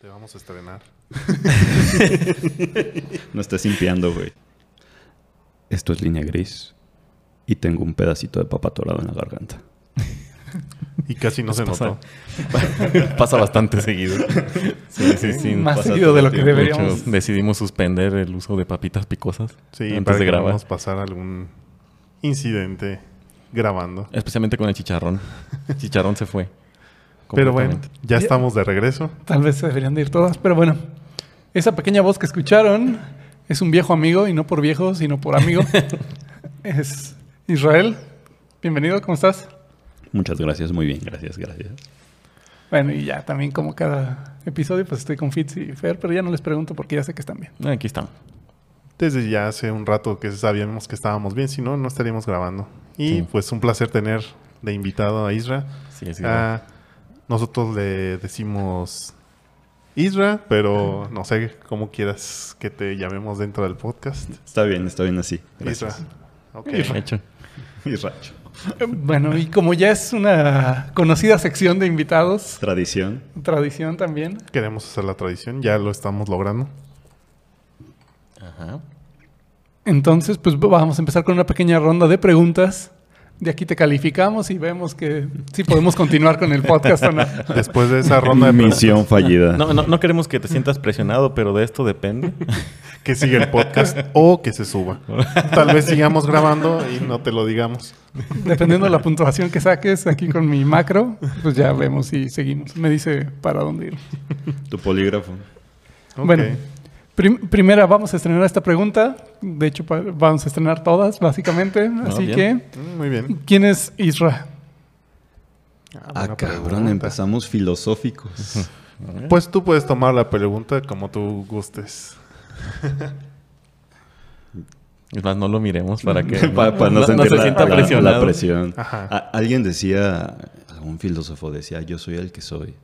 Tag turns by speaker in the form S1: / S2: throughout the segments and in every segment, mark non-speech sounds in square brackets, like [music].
S1: Te vamos a estrenar.
S2: No estés simpiando, güey. Esto es línea gris. Y tengo un pedacito de papa atorado en la
S1: [laughs]
S2: garganta.
S1: Y casi no se notó.
S3: [laughs] Pasa bastante seguido. Sí, sí, sí.
S4: Más
S2: pasa
S4: seguido de lo
S2: todo
S4: que
S2: el tiempo,
S3: De hecho,
S4: deberíamos.
S3: decidimos suspender el uso de papitas picosas
S1: Sí, para
S3: antes
S1: que
S3: de
S1: no
S3: grabar.
S1: nos pasara algún incidente grabando.
S3: Especialmente con
S1: [laughs]
S3: el chicharrón. El chicharrón se fue.
S1: Pero bueno,
S3: Completamente.
S1: ya
S4: Ya-
S1: estamos de regreso.
S4: Tal vez se deberían de ir todas, pero bueno. Esa pequeña voz que escucharon es un viejo amigo y no por viejo, sino por amigo. [laughs] es Israel. Bienvenido, ¿cómo estás?
S2: Muchas gracias, muy bien, gracias, gracias.
S4: Bueno, y ya también como cada episodio, pues estoy con Fitz y Fer, pero ya no les pregunto porque ya sé que están bien.
S3: Aquí estamos.
S1: Desde ya hace un rato que sabíamos que estábamos bien, si no, no estaríamos grabando. Y
S3: Sí.
S1: pues un placer tener de invitado a Isra.
S3: Sí, sí.
S1: Ah, nosotros le decimos Isra, pero no sé cómo quieras que te llamemos dentro del podcast.
S2: Está bien, está bien así.
S1: Isra.
S2: Gracias.
S1: Ok.
S3: De hecho.
S2: Y racho.
S4: Eh, Bueno, y como ya es una conocida sección de invitados,
S2: Tradición.
S4: tradición también,
S1: Queremos hacer la tradición, ya lo estamos logrando.
S3: Ajá.
S4: entonces pues vamos a empezar con una pequeña ronda de preguntas. De aquí te calificamos y vemos que si podemos continuar con el podcast o no.
S3: [laughs]
S1: Después de esa ronda de
S2: Misión [laughs] fallida.
S3: No, no, no queremos que te sientas presionado, pero de
S1: [laughs]
S3: esto depende.
S1: que siga el podcast o que se suba. Tal vez sigamos grabando y no te lo digamos.
S4: Dependiendo de la puntuación que saques aquí con mi macro, pues ya vemos si seguimos. Me dice para dónde ir.
S2: Tu polígrafo.
S1: Ok.
S4: Bueno, prim- primera vamos a estrenar esta pregunta. De hecho, pa- vamos a estrenar todas, básicamente. Así
S3: Ah, bien.
S4: que,
S1: Mm, Muy bien.
S4: ¿quién es Isra?
S2: Ah,
S1: buena
S2: cabrón,
S1: pregunta.
S2: empezamos [laughs] filosóficos.
S1: Pues tú puedes tomar la pregunta como tú gustes.
S3: Es más, no lo miremos
S1: [laughs]
S3: para
S2: [laughs]
S3: que
S2: para, para no, sentir
S3: se
S2: la,
S3: sienta
S2: la- la
S3: presionado.
S2: presión.
S1: Ajá.
S2: A- alguien decía, algún filósofo decía, yo soy el que soy.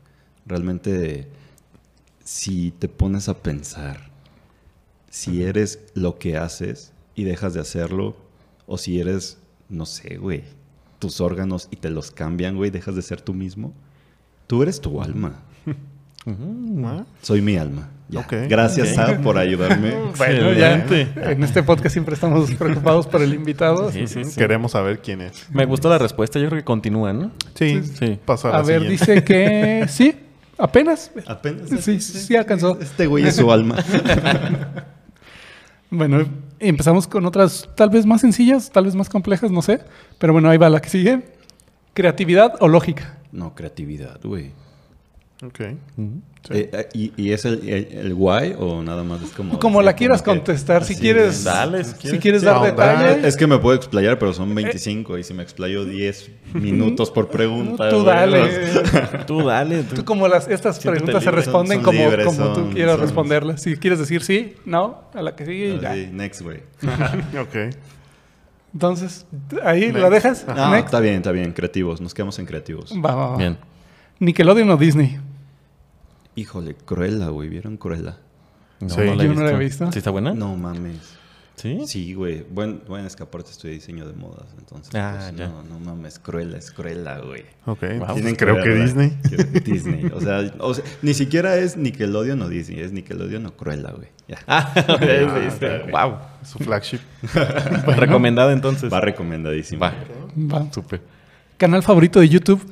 S2: Realmente, si te pones a pensar, si eres lo que haces y dejas de hacerlo, o si eres, no sé, güey, tus órganos y te los cambian, güey, dejas de ser tú mismo, tú eres tu alma.
S1: Ah,
S2: Soy mi alma. Ya.
S1: Ok.
S2: Gracias a por
S4: [laughs]
S2: ayudarme.
S4: Bueno, ya
S3: Excelente.
S4: en este podcast siempre estamos preocupados por el invitado.
S3: Sí, sí, sí.
S1: Queremos saber quién es.
S3: Me gustó la respuesta. Yo creo que continúa, ¿no?
S1: Sí,
S3: Sí.
S1: pasa a la
S4: A ver,
S1: siguiente.
S3: [laughs]
S4: dice que sí, apenas.
S2: Apenas.
S4: Sí, sí alcanzó.
S2: Este güey es su
S4: [laughs]
S2: alma.
S4: Bueno, empezamos con otras tal vez más sencillas, tal vez más complejas, no sé. Pero bueno, ahí va la que sigue. ¿Creatividad o lógica?
S2: No, creatividad, güey.
S1: Ok. Sí.
S2: Eh, eh, y, y es el, el, el guay o nada más es como...
S4: Como
S2: así,
S4: la quieras
S2: que-
S4: contestar, si
S2: así
S4: quieres-
S2: de- "Ah,
S3: Dale, si
S4: Si
S3: quieres.
S4: quieres
S1: sí,
S4: dar
S1: ahondar.
S4: detalle,
S2: Es que me puedo explayar, pero
S4: Eh,
S2: son 25 y si me explayo 10 minutos por pregunta.
S4: [laughs] tú
S2: güey,
S4: dale.
S2: los-
S3: Tú dale. Tú.
S4: [laughs] Tú como las, estas
S2: Siéntete
S4: preguntas se
S2: libre, son-
S4: responden
S2: son
S4: como,
S2: libres,
S4: como tú
S2: son-
S4: quieras
S2: son-
S4: responderlas. Si quieres decir sí, no, a la que sigue y ya.
S2: Así, next,
S4: [laughs]
S2: güey.
S1: Ok.
S4: Entonces, ahí la
S1: Next.
S4: dejas.
S2: No,
S4: Next.
S2: Ah,
S4: Mm.
S2: está bien, está bien. Creativos. Nos quedamos en creativos.
S4: Va, va, va.
S3: Bien.
S4: Nickelodeon o Disney.
S2: Híjole, Cruella, güey. ¿Vieron Cruella?
S1: Sí.
S3: he
S4: Yo no la he visto.
S3: ¿Sí está buena?
S2: No mames.
S3: ¿Sí?
S2: Sí, güey. Buen, buen escaparate. Estudié diseño de modas. Entonces,
S3: Ah,
S2: pues,
S3: ya.
S2: no, no mames. Cruella es Cruella, güey.
S1: Ok.
S3: Wow.
S1: Tienen, creo que
S2: Cruella.
S1: Disney.
S2: Disney. O sea, o sea, ni siquiera es Nickelodeon o Disney. Es Nickelodeon o Cruella, güey. Ya. [laughs]
S3: Ah, wow.
S1: Su flagship.
S3: Recomendada Pues entonces.
S2: Va recomendadísimo.
S3: Va.
S4: Va.
S3: Súper.
S4: Canal favorito de
S2: [laughs]
S4: YouTube.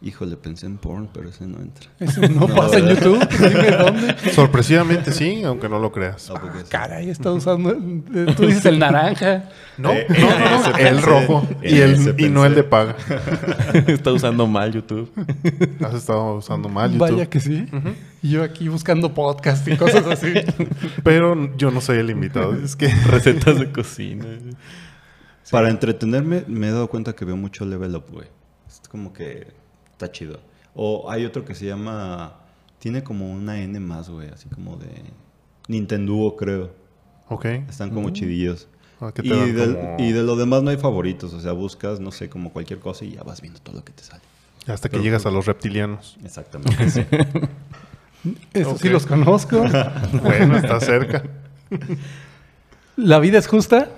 S2: Híjole, pensé en porn, pero ese no entra.
S4: Eso
S2: No,
S4: no, pasa en
S2: ¿verdad?
S4: YouTube. Dime dónde.
S1: Sorpresivamente sí, aunque no lo creas.
S2: ¿A poco es?
S4: Caray, está usando. eh, Tú dices el naranja.
S1: No,
S2: Eh,
S1: no, no, no,
S2: ese
S1: el
S2: pensé,
S1: rojo y,
S2: ese
S1: el, y no
S2: pensé.
S1: el de paga.
S3: [laughs] está usando mal YouTube.
S1: Has estado usando mal YouTube.
S4: Vaya que sí. Y yo aquí buscando podcast y
S2: [laughs]
S4: cosas así.
S1: Pero yo no soy el invitado. Es que [laughs]
S3: Recetas de [laughs] cocina.
S2: Para entretenerme, me he dado cuenta que veo mucho level up, güey. Es como que está chido. O hay otro que se llama. Tiene como una N más, güey. Así como de. Nintendo, creo.
S1: Ok.
S2: Están como chidillos.
S1: Ah, que te
S2: Y,
S1: dan
S2: del-
S1: como-
S2: y de lo demás no hay favoritos. O sea, buscas, no sé, como cualquier cosa y ya vas viendo todo lo que te sale.
S1: Hasta que llegas a los reptilianos.
S2: Exactamente. [laughs] sí.
S4: Eso sí
S1: Ok.
S4: los conozco.
S1: Bueno, está cerca.
S2: [laughs]
S4: La vida es justa.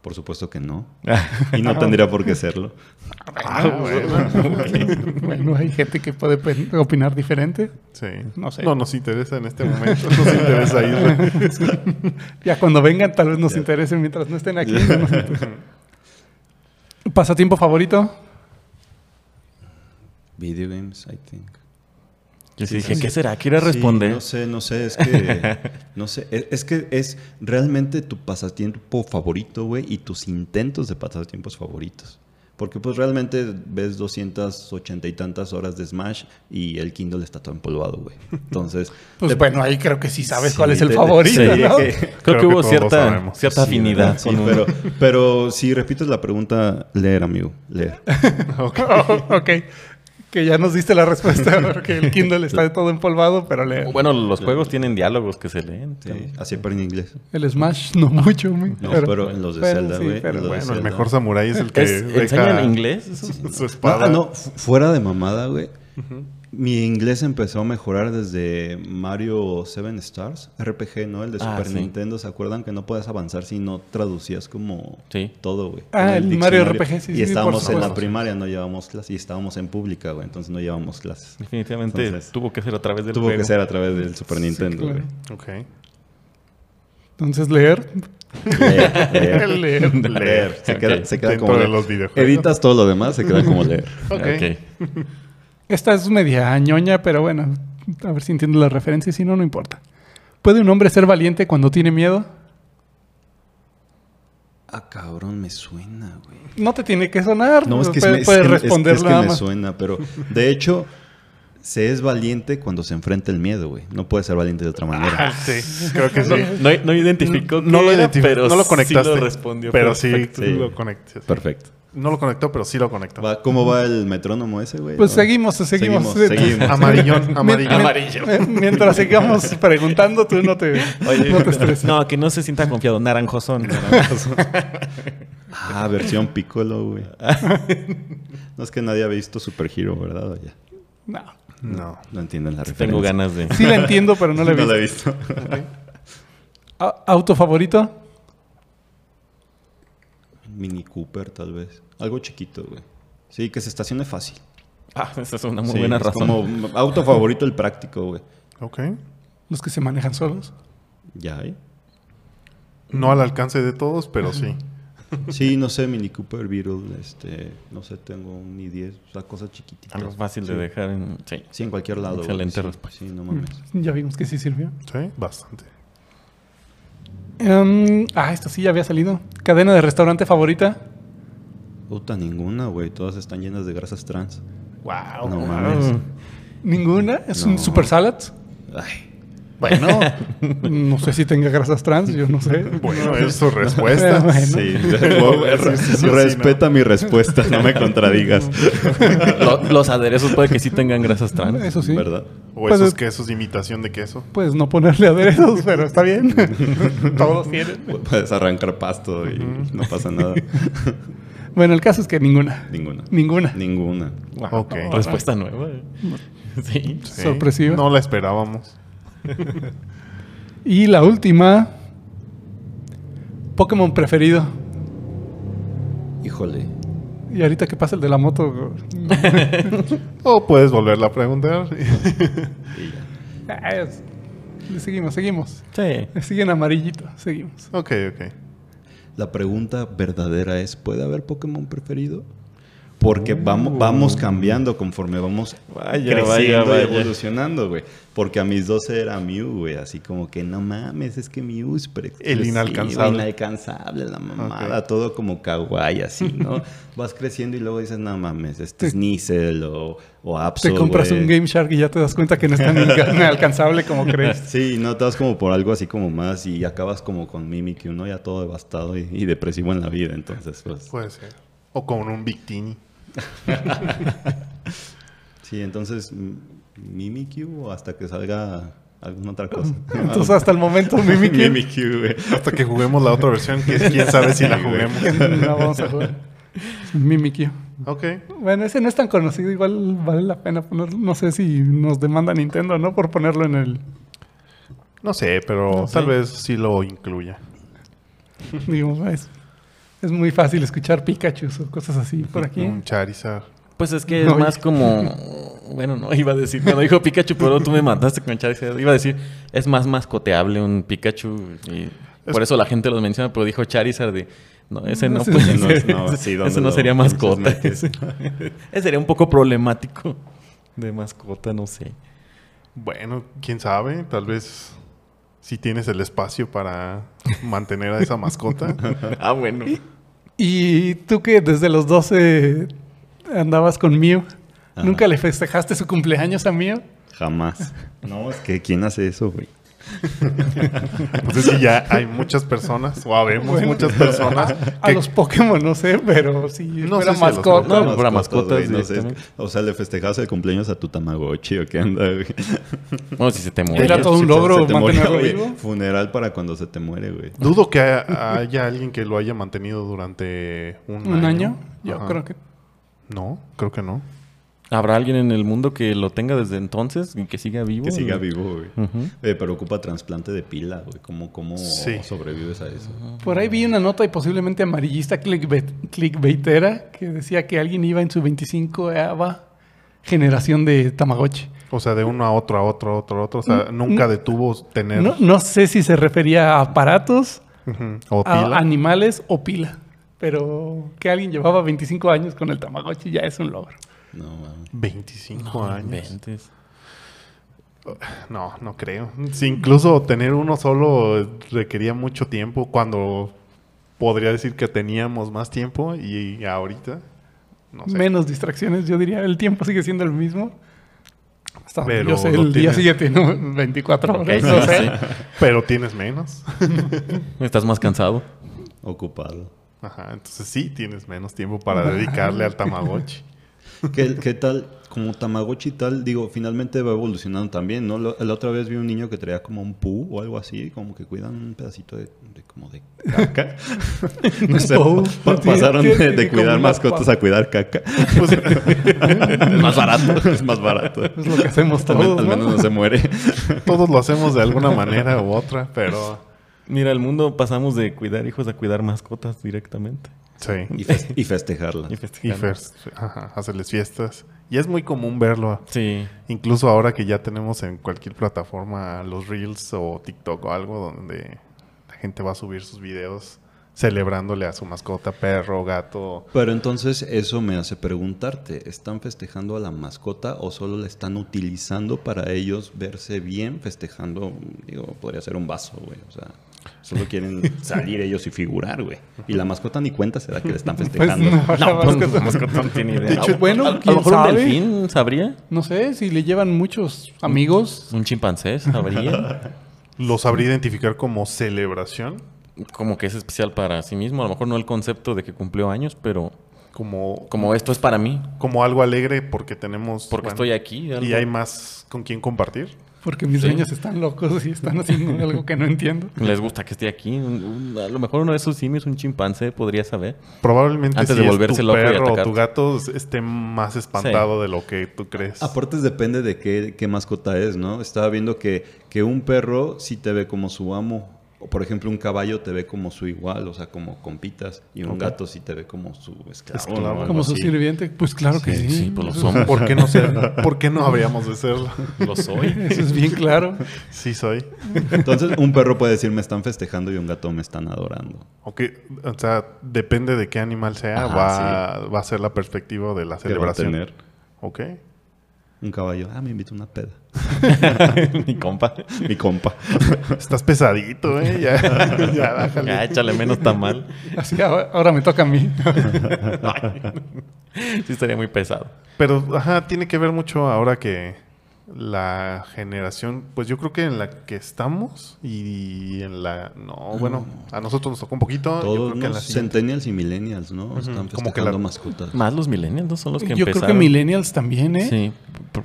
S2: Por supuesto que no. [laughs] Y no tendría por qué [laughs] serlo.
S1: Ah, bueno.
S4: Bueno, hay gente que puede pe- opinar diferente.
S1: Sí.
S4: No sé.
S1: No nos interesa en este momento. [laughs] Nos interesa Isra.
S4: Ya cuando vengan, tal vez nos
S2: Ya.
S4: interesen mientras no
S2: [laughs]
S4: estén aquí. no nos interesa. ¿Pasatiempo favorito?
S2: Video games, I think.
S3: Yo sí dije, ¿qué será? ¿Quiere responder?
S2: Sí, no sé, no sé, es que. no sé, es, es que es realmente tu pasatiempo favorito, güey, y tus intentos de pasatiempos favoritos. Porque, pues, realmente ves 280 y tantas horas de Smash y el Kindle está todo empolvado, güey. Entonces. [laughs]
S4: Pues
S2: te-
S4: bueno, ahí creo que sí sabes cuál
S2: Sí,
S4: es el
S2: te-
S4: favorito,
S2: sí,
S4: ¿no?
S2: que-
S1: Creo
S3: Creo
S1: que
S3: que hubo
S1: todos
S3: cierta,
S1: sabemos.
S3: cierta
S2: sí,
S3: afinidad
S2: ¿verdad? Sí,
S3: con uno.
S2: pero, pero si repites la pregunta, leer, amigo, leer.
S4: Ah,
S1: Ok.
S4: [laughs] ok. Que ya nos diste la respuesta,
S2: [laughs]
S4: porque el Kindle está todo empolvado, pero le...
S3: Bueno, los juegos tienen diálogos que se leen.
S2: Sí,
S3: también.
S2: así aprende inglés.
S4: El Smash no mucho, muy-
S2: No, pero, en los de
S4: pero
S2: Zelda,
S4: sí,
S2: güey.
S4: pero
S2: en los de
S1: Bueno, el
S2: Zelda.
S1: mejor samurái es el que
S3: ¿Es-
S1: deja
S3: ¿Enseñan inglés? Eso-
S1: su
S2: No,
S1: espada.
S2: ah, no, fu- fuera de mamada, güey. Mi inglés empezó a mejorar desde Mario Seven Stars, RPG, ¿no? El de
S3: Ah,
S2: Super
S3: sí.
S2: Nintendo. ¿Se acuerdan que no podías avanzar si no traducías como
S3: Sí.
S2: todo, güey?
S4: Ah,
S2: Con
S4: el Mario
S2: diccionario.
S4: RPG, sí, sí,
S2: Y
S4: por
S2: estábamos en la
S4: supuesto.
S2: primaria, no llevábamos clases. Y estábamos en pública, güey, entonces no llevábamos clases.
S3: Definitivamente
S2: Entonces,
S3: tuvo que ser a través del
S2: Tuvo que
S3: juego.
S2: ser a través del Super Nintendo,
S4: claro.
S2: güey.
S1: Ok.
S4: Entonces leer.
S2: Leer,
S4: [laughs]
S2: leer,
S4: leer.
S2: leer. Se queda,
S3: Ok.
S2: se queda
S1: Dentro
S2: como
S1: de
S2: leer.
S1: los videojuegos.
S2: Editas todo lo demás, se queda como leer.
S1: Ok.
S3: Ok.
S4: Esta es media ñoña, pero bueno, a ver si entiendo la referencia, y si no, no importa. ¿Puede un hombre ser valiente cuando tiene miedo?
S2: [laughs] Ah, cabrón, me suena, güey.
S4: No te tiene que sonar.
S2: No, es que,
S4: puedes,
S2: me, es
S4: puedes
S2: que- es-
S4: responder
S2: es que
S4: nada
S2: me
S4: más.
S2: suena, pero de hecho, se es valiente cuando se enfrenta el miedo, güey. No puede ser valiente de otra manera.
S1: Ah, sí, creo que sí.
S3: No, no identificó.
S1: No
S3: qué
S1: lo
S3: era,
S1: identificó,
S3: pero
S1: no lo conectaste.
S3: Sí lo respondió.
S1: Pero sí,
S3: perfecto.
S1: tú
S2: Sí.
S1: lo conecté.
S2: Perfecto.
S1: No lo conectó, pero sí lo conectó.
S2: Va- ¿Cómo va el metrónomo ese, güey?
S4: Pues
S2: Va-
S4: seguimos, seguimos.
S2: Seguimos,
S4: [laughs]
S2: seguimos.
S1: Amarillón, amarillón.
S3: Amarillo.
S4: Eh,
S2: [laughs]
S4: Mientras sigamos preguntando, tú no te, no te estreses.
S3: No, que no se sienta confiado. Naranjosón.
S2: Ah, versión Piccolo,
S4: [laughs]
S2: güey. no es que nadie ha visto Super Hero, ¿verdad? O ya,
S4: No.
S1: No.
S2: no entienden la referencia.
S3: Tengo ganas de.
S4: Sí la entiendo, pero
S2: [laughs]
S4: no la he visto. A- ¿Auto favorito?
S2: Mini Cooper, tal vez. Algo chiquito, güey. Sí, que se estacione fácil.
S3: Ah, esa es una muy
S2: Sí,
S3: buena
S2: es
S3: razón.
S2: Como auto favorito el práctico, güey.
S1: Ok.
S4: Los que se manejan solos.
S2: Ya, ¿eh?
S1: No al alcance de todos, pero sí.
S2: Sí, no sé, Mini Cooper Beetle, este, no sé, tengo un i10, o sea, cosas chiquititas.
S3: Algo fácil de
S2: Sí.
S3: dejar en. Sí.
S2: Sí, en cualquier lado. güey,
S3: Excelente
S2: sí,
S3: respuesta.
S2: Sí, no mames.
S4: Mm, Ya vimos que sí sirvió.
S1: Sí, bastante.
S4: Em, ah, esta sí ya había salido. ¿Cadena de restaurante favorita?
S2: Puta, ninguna, güey, todas están llenas de grasas trans.
S1: Wow.
S2: No mames.
S4: ¿Ninguna? ¿Es un
S2: No.
S4: super salad?
S3: Ah.
S1: [laughs]
S2: Ay,
S1: Bueno,
S4: No sé si tenga grasas trans, yo no sé.
S1: [laughs] bueno, es su respuesta.
S4: Bueno.
S2: sí, [laughs]
S1: Sí, sí, sí, sí,
S2: respeta mi respuesta, no
S3: [laughs]
S2: me contradigas.
S3: Lo- los aderezos puede que sí tengan grasas trans.
S4: Eso sí.
S2: ¿Verdad?
S1: O
S4: Pues
S1: esos
S4: es-
S1: quesos de imitación de [laughs] queso.
S4: Pues no ponerle aderezos, pero
S1: [laughs]
S4: está bien. Todos tienen.
S2: Puedes arrancar pasto y no pasa nada.
S4: Bueno, el caso es que ninguna.
S2: Ninguna.
S4: Ninguna.
S2: Ninguna.
S1: Ok.
S3: Respuesta nueva. eh. Sí.
S1: Sí.
S4: Sorpresiva.
S1: No la esperábamos.
S4: Y la última. Pokémon preferido.
S2: Híjole.
S4: Y ahorita que pasa el de la moto.
S1: O puedes volverla a preguntar. [laughs]
S2: Y ya.
S4: Ah, es- Le seguimos, seguimos.
S3: Sí.
S4: Le siguen amarillito, seguimos.
S1: ok, ok.
S2: La pregunta verdadera es, ¿puede haber Pokémon preferido? Porque vamos, vamos cambiando conforme vamos
S3: Vaya,
S2: creciendo
S3: vaya,
S2: y
S3: vaya.
S2: evolucionando, güey. Porque a mis 12 era Mew, güey. Así como que, no mames, es que Mew es pre- pues
S1: El inalcanzable.
S2: inalcanzable, la mamada. Todo como kawaii, así, ¿no? Vas creciendo y luego dices, no mames, este es Nizel o, o Absol,
S4: Te compras
S2: güey".
S4: un Game Shark y ya te das cuenta que no
S1: [laughs]
S4: es tan inca- inalcanzable como crees.
S2: Sí, no, te vas como por algo así como más y acabas como con Mimikyu, ¿no? Ya todo devastado y, y depresivo en la vida, entonces, pues...
S1: Puede ser. O con un Victini.
S2: Sí, entonces m- Mimikyu o hasta que salga alguna otra cosa. [laughs]
S4: Entonces hasta
S1: [laughs]
S4: el momento Mimikyu
S2: Mimikyu, güey.
S1: Hasta que juguemos la otra versión, que quién sabe si la juguemos.
S4: [laughs] no vamos a jugar. Mimikyu.
S1: Ok.
S4: Bueno, ese no es tan conocido, igual vale la pena ponerlo. No sé si nos demanda Nintendo, ¿no? Por ponerlo en el,
S1: No sé, pero
S3: No
S1: tal
S3: sé.
S1: vez sí lo incluya.
S4: digamos, es Es muy fácil escuchar Pikachu o cosas así por aquí.
S1: Un Charizard.
S3: Pues es que es
S4: No,
S3: más como. Bueno, no iba a decir. Cuando dijo Pikachu, pero tú me mataste con Charizard. Iba a decir, es más mascoteable un Pikachu. Y por
S1: Es-
S3: eso la gente los menciona, pero dijo Charizard. Y, no, ese no,
S4: No sé.
S3: puede
S2: Ese no es-
S3: ser.
S2: Pues,
S3: [laughs]
S2: no, sí,
S3: ese,
S2: ¿dónde
S3: no
S2: lo
S3: sería
S2: piensas
S3: mascota.
S2: meter?
S3: [laughs] Ese, ese sería un poco problemático de mascota, no sé.
S1: Bueno, quién sabe, tal vez si tienes el espacio para mantener a esa
S4: [laughs]
S1: mascota.
S3: Ah, bueno.
S4: Y tú que desde los 12 andabas con Mew,
S2: Ajá.
S4: ¿nunca le festejaste su cumpleaños a Mew?
S2: Jamás. No, es que ¿quién hace eso, güey?
S1: Pues es que ya hay muchas personas, o habemos
S4: Bueno.
S1: muchas personas.
S4: [laughs] A los Pokémon, no sé, pero si
S1: No
S4: fuera
S1: sé si a los
S4: mascota.
S3: Pokémon. para mascotas,
S2: güey, no sé, es que-
S3: directamente.
S2: o sea, le festejabas el cumpleaños a tu Tamagotchi o qué onda, güey.
S3: Bueno, si se te
S2: [laughs]
S3: muere.
S4: Era todo un
S2: Se
S4: logro
S2: te moría,
S4: mantenerlo
S2: güey.
S4: vivo.
S2: Funeral para cuando se te muere, güey.
S1: Dudo que haya, haya alguien que lo haya mantenido durante un,
S4: ¿Un año? Yo
S1: Ajá.
S4: creo que.
S1: No, creo que no.
S3: ¿Habrá alguien en el mundo que lo tenga desde entonces y que siga vivo?
S2: Que siga vivo, güey.
S3: Ujú.
S2: Eh, pero ocupa trasplante de pila, güey. ¿Cómo, cómo
S1: Sí.
S2: sobrevives a eso?
S4: Por ahí vi una nota y posiblemente amarillista clickbait- clickbaitera que decía que alguien iba en su 25 generación de Tamagotchi.
S1: O sea, de uno a otro, a otro, a otro, a otro. O sea, nunca detuvo tener
S4: No, no sé si se refería a aparatos,
S1: Ujú. [laughs] o
S4: a
S1: pila.
S4: animales o pila. Pero que alguien llevaba 25 años con el Tamagotchi ya es un logro.
S2: No, mames.
S1: 25
S3: [laughs] No
S1: años.
S3: inventes.
S1: No, no creo. Si incluso tener uno solo requería mucho tiempo cuando podría decir que teníamos más tiempo y ahorita no sé.
S4: Menos distracciones, yo diría. El tiempo sigue siendo el mismo. Hasta donde
S1: Pero
S4: yo sé, el
S1: lo
S4: día
S1: tienes.
S4: siguiente, ¿no? 24
S3: Ok,
S4: horas.
S3: sí,
S4: no sé.
S1: Pero tienes menos.
S3: Estás más cansado.
S2: Ocupado.
S1: Ajá, entonces sí tienes menos tiempo para dedicarle al Tamagotchi.
S2: ¿Qué, qué tal? Como Tamagotchi y tal, digo, finalmente va evolucionando también, ¿no? Lo- la otra vez vi un niño que traía como un pu o algo así, como que cuidan un pedacito de, de como
S4: [laughs]
S2: de caca. no sé,
S4: Pou.
S2: pa- pasaron de,
S4: Tiene- tiene
S2: de
S4: como
S2: cuidar
S4: una
S2: mascotas
S4: pa-
S2: a cuidar caca.
S1: Pues,
S2: [laughs] es más barato, es más barato.
S4: Es Pues lo que hacemos
S2: Al, men-
S4: todos.
S2: al
S4: ¿no?
S2: menos no se
S4: [laughs]
S2: muere.
S1: todos lo hacemos de alguna manera u otra, pero
S3: Mira, el mundo pasamos de cuidar hijos a cuidar mascotas directamente.
S1: sí.
S2: Y, fes- y festejarla.
S3: Y
S1: Y
S3: festejar.
S1: first, ajá, hacerles fiestas. Y es muy común verlo
S3: Sí.
S1: Incluso ahora que ya tenemos en cualquier plataforma los Reels o TikTok o algo donde la gente va a subir sus videos celebrándole a su mascota, perro, gato.
S2: Pero entonces eso me hace preguntarte, ¿están festejando a la mascota o solo la están utilizando para ellos verse bien festejando? Digo, podría ser un vaso, güey. O sea, solo quieren
S4: [laughs]
S2: salir ellos y figurar, güey. Y la mascota ni cuenta se da que le
S4: [laughs]
S2: están festejando.
S4: Pues
S2: pues,
S4: no, la [laughs] mascota-
S1: pues,
S3: mascota no
S1: [laughs]
S3: tiene idea.
S4: De hecho, bueno,
S3: a, a lo
S4: ¿quién
S3: mejor un
S4: sabe?
S3: delfín sabría.
S4: No sé si le llevan muchos amigos.
S3: Un
S1: [laughs]
S3: chimpancé sabría.
S1: Lo sabría identificar como celebración,
S3: Como que es especial para sí mismo. A lo mejor no el concepto de que cumplió años, pero
S1: como,
S3: como esto es para mí,
S1: como algo alegre porque tenemos...
S3: porque
S1: bueno,
S3: estoy aquí. algo-
S1: Y hay más con quien compartir.
S4: Porque mis
S3: Sí.
S4: sueños están locos y están haciendo algo que no entiendo.
S3: Les gusta que esté aquí. Un- un- a lo mejor uno de esos simios, un chimpancé, podría
S1: [laughs]
S3: saber.
S1: Probablemente
S3: Antes
S1: si
S3: de
S1: es
S3: volverse
S1: tu
S3: loco y
S1: perro o
S3: atacarte.
S1: tu gato esté más espantado de lo que tú crees.
S2: Aparte depende de qué, qué mascota es, ¿no? Estaba viendo que, que un perro sí te ve como su amo. O, Por ejemplo, un caballo te ve como su igual, o sea, como compitas. Y un
S1: Ok.
S2: gato sí te ve como su esclavo.
S1: Esclavo.
S2: ¿no? Algo
S4: Como su
S2: así.
S4: sirviente. Pues claro que sí.
S3: Sí, sí, pues lo somos.
S1: ¿Por qué no ser? ¿Por qué no habríamos de serlo? [laughs]
S3: Lo soy.
S4: Eso es bien claro.
S1: Sí soy.
S2: Entonces, un perro puede decir me están festejando y un gato me están adorando.
S1: O, que- o sea, depende de qué animal sea,
S2: Ajá,
S1: va, va a ser la perspectiva de la
S2: ¿Qué va a
S1: celebración.
S2: tener?
S1: Ok.
S2: Un caballo. Ah, me invita una peda.
S3: [laughs] Mi compa.
S2: Mi compa.
S1: Estás pesadito, ¿eh? Ya,
S2: [laughs]
S1: ya bájale.
S3: Ah, échale menos
S4: [laughs]
S3: tamal.
S4: Así ahora, ahora me toca a mí.
S3: Sí, estaría muy pesado.
S1: Pero, ajá, tiene que ver mucho ahora que la generación, pues yo creo que en la que estamos y en la... No, bueno, a nosotros nos tocó un poquito. [laughs] yo
S2: Mm. Todos
S1: creo que en la
S2: los
S1: siguiente-
S2: centennials y millennials, ¿no? Están festejando
S1: Como que la-
S2: mascotas.
S3: Más los millennials, ¿no? Son los que
S4: [laughs] Yo creo que
S3: empezaron.
S4: millennials también, ¿eh?
S3: Sí. Por-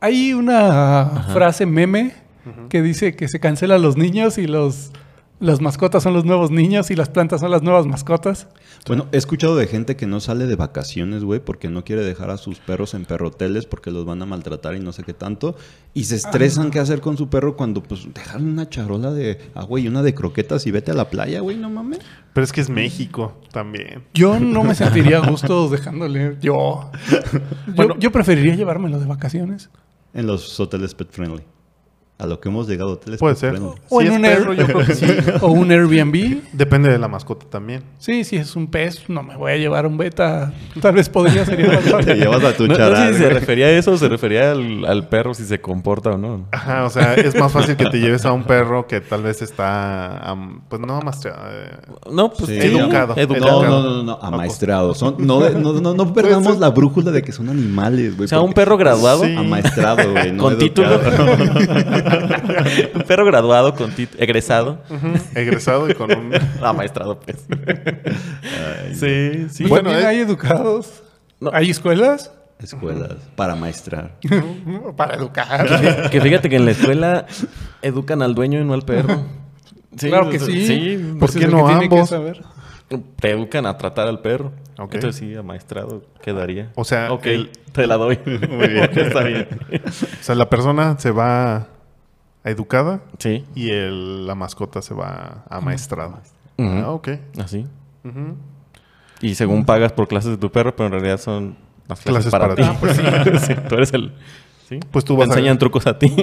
S4: Hay una frase meme que dice que se cancelan los niños y los Las mascotas son los nuevos niños y las plantas son las nuevas mascotas.
S2: Bueno, he escuchado de gente que no sale de vacaciones, güey, porque no quiere dejar a sus perros en perroteles porque los van a maltratar y no sé qué tanto. Y se
S1: Ah.
S2: estresan qué hacer con su perro cuando, pues, dejarle una charola de agua y una de croquetas y vete a la playa, güey, no mames.
S1: Pero es que es México también.
S4: Yo no me sentiría a gusto dejándole. Yo. Yo,
S1: Bueno.
S4: yo preferiría llevármelo de vacaciones.
S2: En los hoteles pet friendly. A lo que hemos llegado, hoteles
S1: Puede
S2: pet
S1: ser.
S2: friendly. [laughs]
S4: O
S1: Si
S4: en
S1: es
S4: un er-
S1: perro,
S4: Air-
S1: yo creo que sí.
S4: [laughs] O un Airbnb.
S1: Depende de la mascota también.
S4: Sí, si es un pez, no me voy a llevar un beta. Tal vez podría sería más
S2: Te
S4: fácil.
S2: llevas a tu
S3: No, no
S2: charal,
S3: sé si se
S2: güey.
S3: refería a eso o se refería al, al perro si se comporta o no.
S1: Ajá, o sea, es más fácil que te lleves a un perro que tal vez está, am, pues no más
S3: No, pues
S2: Sí.
S3: sí,
S1: Educado,
S2: No,
S1: educado.
S2: no, no, no, no, amaestrados. Son, no, de- no, no, no perdamos la brújula de que son animales, güey.
S3: O sea, un
S2: porque-
S3: perro graduado.
S1: Sí.
S2: [laughs] Amaestrado, güey. no
S3: con título.
S2: educado.
S3: [laughs] un perro graduado con título. Egresado.
S1: egresado y con un...
S3: Ah, maestrado, pues. sí, sí.
S4: Pues
S1: Bueno,
S4: también
S1: eh.
S4: hay educados.
S3: No.
S4: Hay escuelas
S2: [laughs] Escuelas para maestrar.
S4: [laughs] para educar.
S3: Que fíjate que en la escuela educan al dueño y no al perro.
S1: [laughs]
S4: claro que
S3: o sea,
S4: sí.
S1: ¿Por
S4: Pues
S1: qué
S4: es lo
S1: no
S4: que tienen que
S1: ambos?
S4: saber.
S3: Te educan a tratar al perro.
S1: Ok.
S3: Entonces sí, amaestrado quedaría.
S1: O sea,
S3: ok,
S1: el-
S3: te la [laughs] doy.
S1: Muy bien. [laughs]
S3: Está bien.
S1: O sea, la persona se va a educada
S3: Sí.
S1: y el- la mascota se va a maestrada.
S3: Ujú.
S1: Ah, ok.
S3: Así.
S1: Ujú.
S3: Y según pagas por clases de tu perro, pero en realidad son las
S1: Clases
S3: clases, para,
S1: para ti.
S3: ti.
S1: Ah, pues
S3: [laughs] Sí, tú eres el. ¿sí?
S1: Pues tú
S3: Te
S1: vas a-
S3: enseñan
S1: [laughs]
S3: trucos a ti.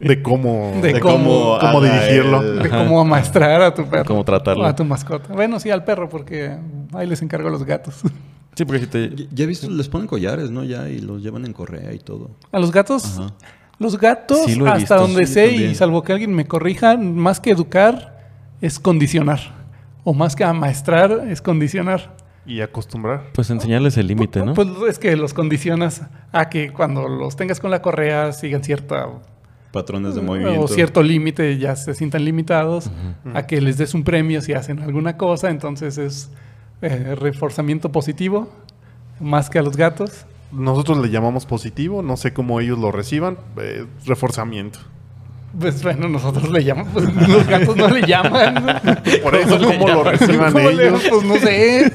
S1: De cómo...
S4: [laughs] De cómo-
S1: cómo
S2: a la-
S1: dirigirlo.
S2: el-
S4: De cómo amaestrar a tu perro.
S3: Cómo tratarlo.
S4: O a tu mascota. Bueno, sí, al perro, porque ahí les encargo a los gatos. [laughs]
S3: Sí, porque si te.
S2: Ya- Ya he visto, les ponen collares, ¿no? Ya, y los llevan en correa y todo.
S4: A los gatos.
S2: Ajá.
S4: Los gatos,
S3: Sí, lo he
S4: hasta
S3: visto,
S4: donde
S2: sí,
S4: sé,
S2: también.
S4: y salvo que alguien me corrija, más que educar es condicionar. O más que amaestrar es condicionar.
S1: Y acostumbrar.
S3: Pues enseñarles el límite, ¿no?
S4: Pues es que los condicionas a que cuando los tengas con la correa sigan cierta
S2: Patrones de
S4: o
S2: movimiento.
S4: cierto límite, ya se sientan limitados, a que les des un premio si hacen alguna cosa, entonces es eh, reforzamiento positivo, más que a los gatos.
S1: Nosotros le llamamos positivo, no sé cómo ellos lo reciban. eh, reforzamiento.
S4: Pues bueno, nosotros le llamamos, pues, [laughs] los gatos no le llaman.
S1: Por
S4: [laughs]
S1: eso, cómo lo reciban
S4: ¿Cómo le-
S1: ellos.
S4: Pues no sé.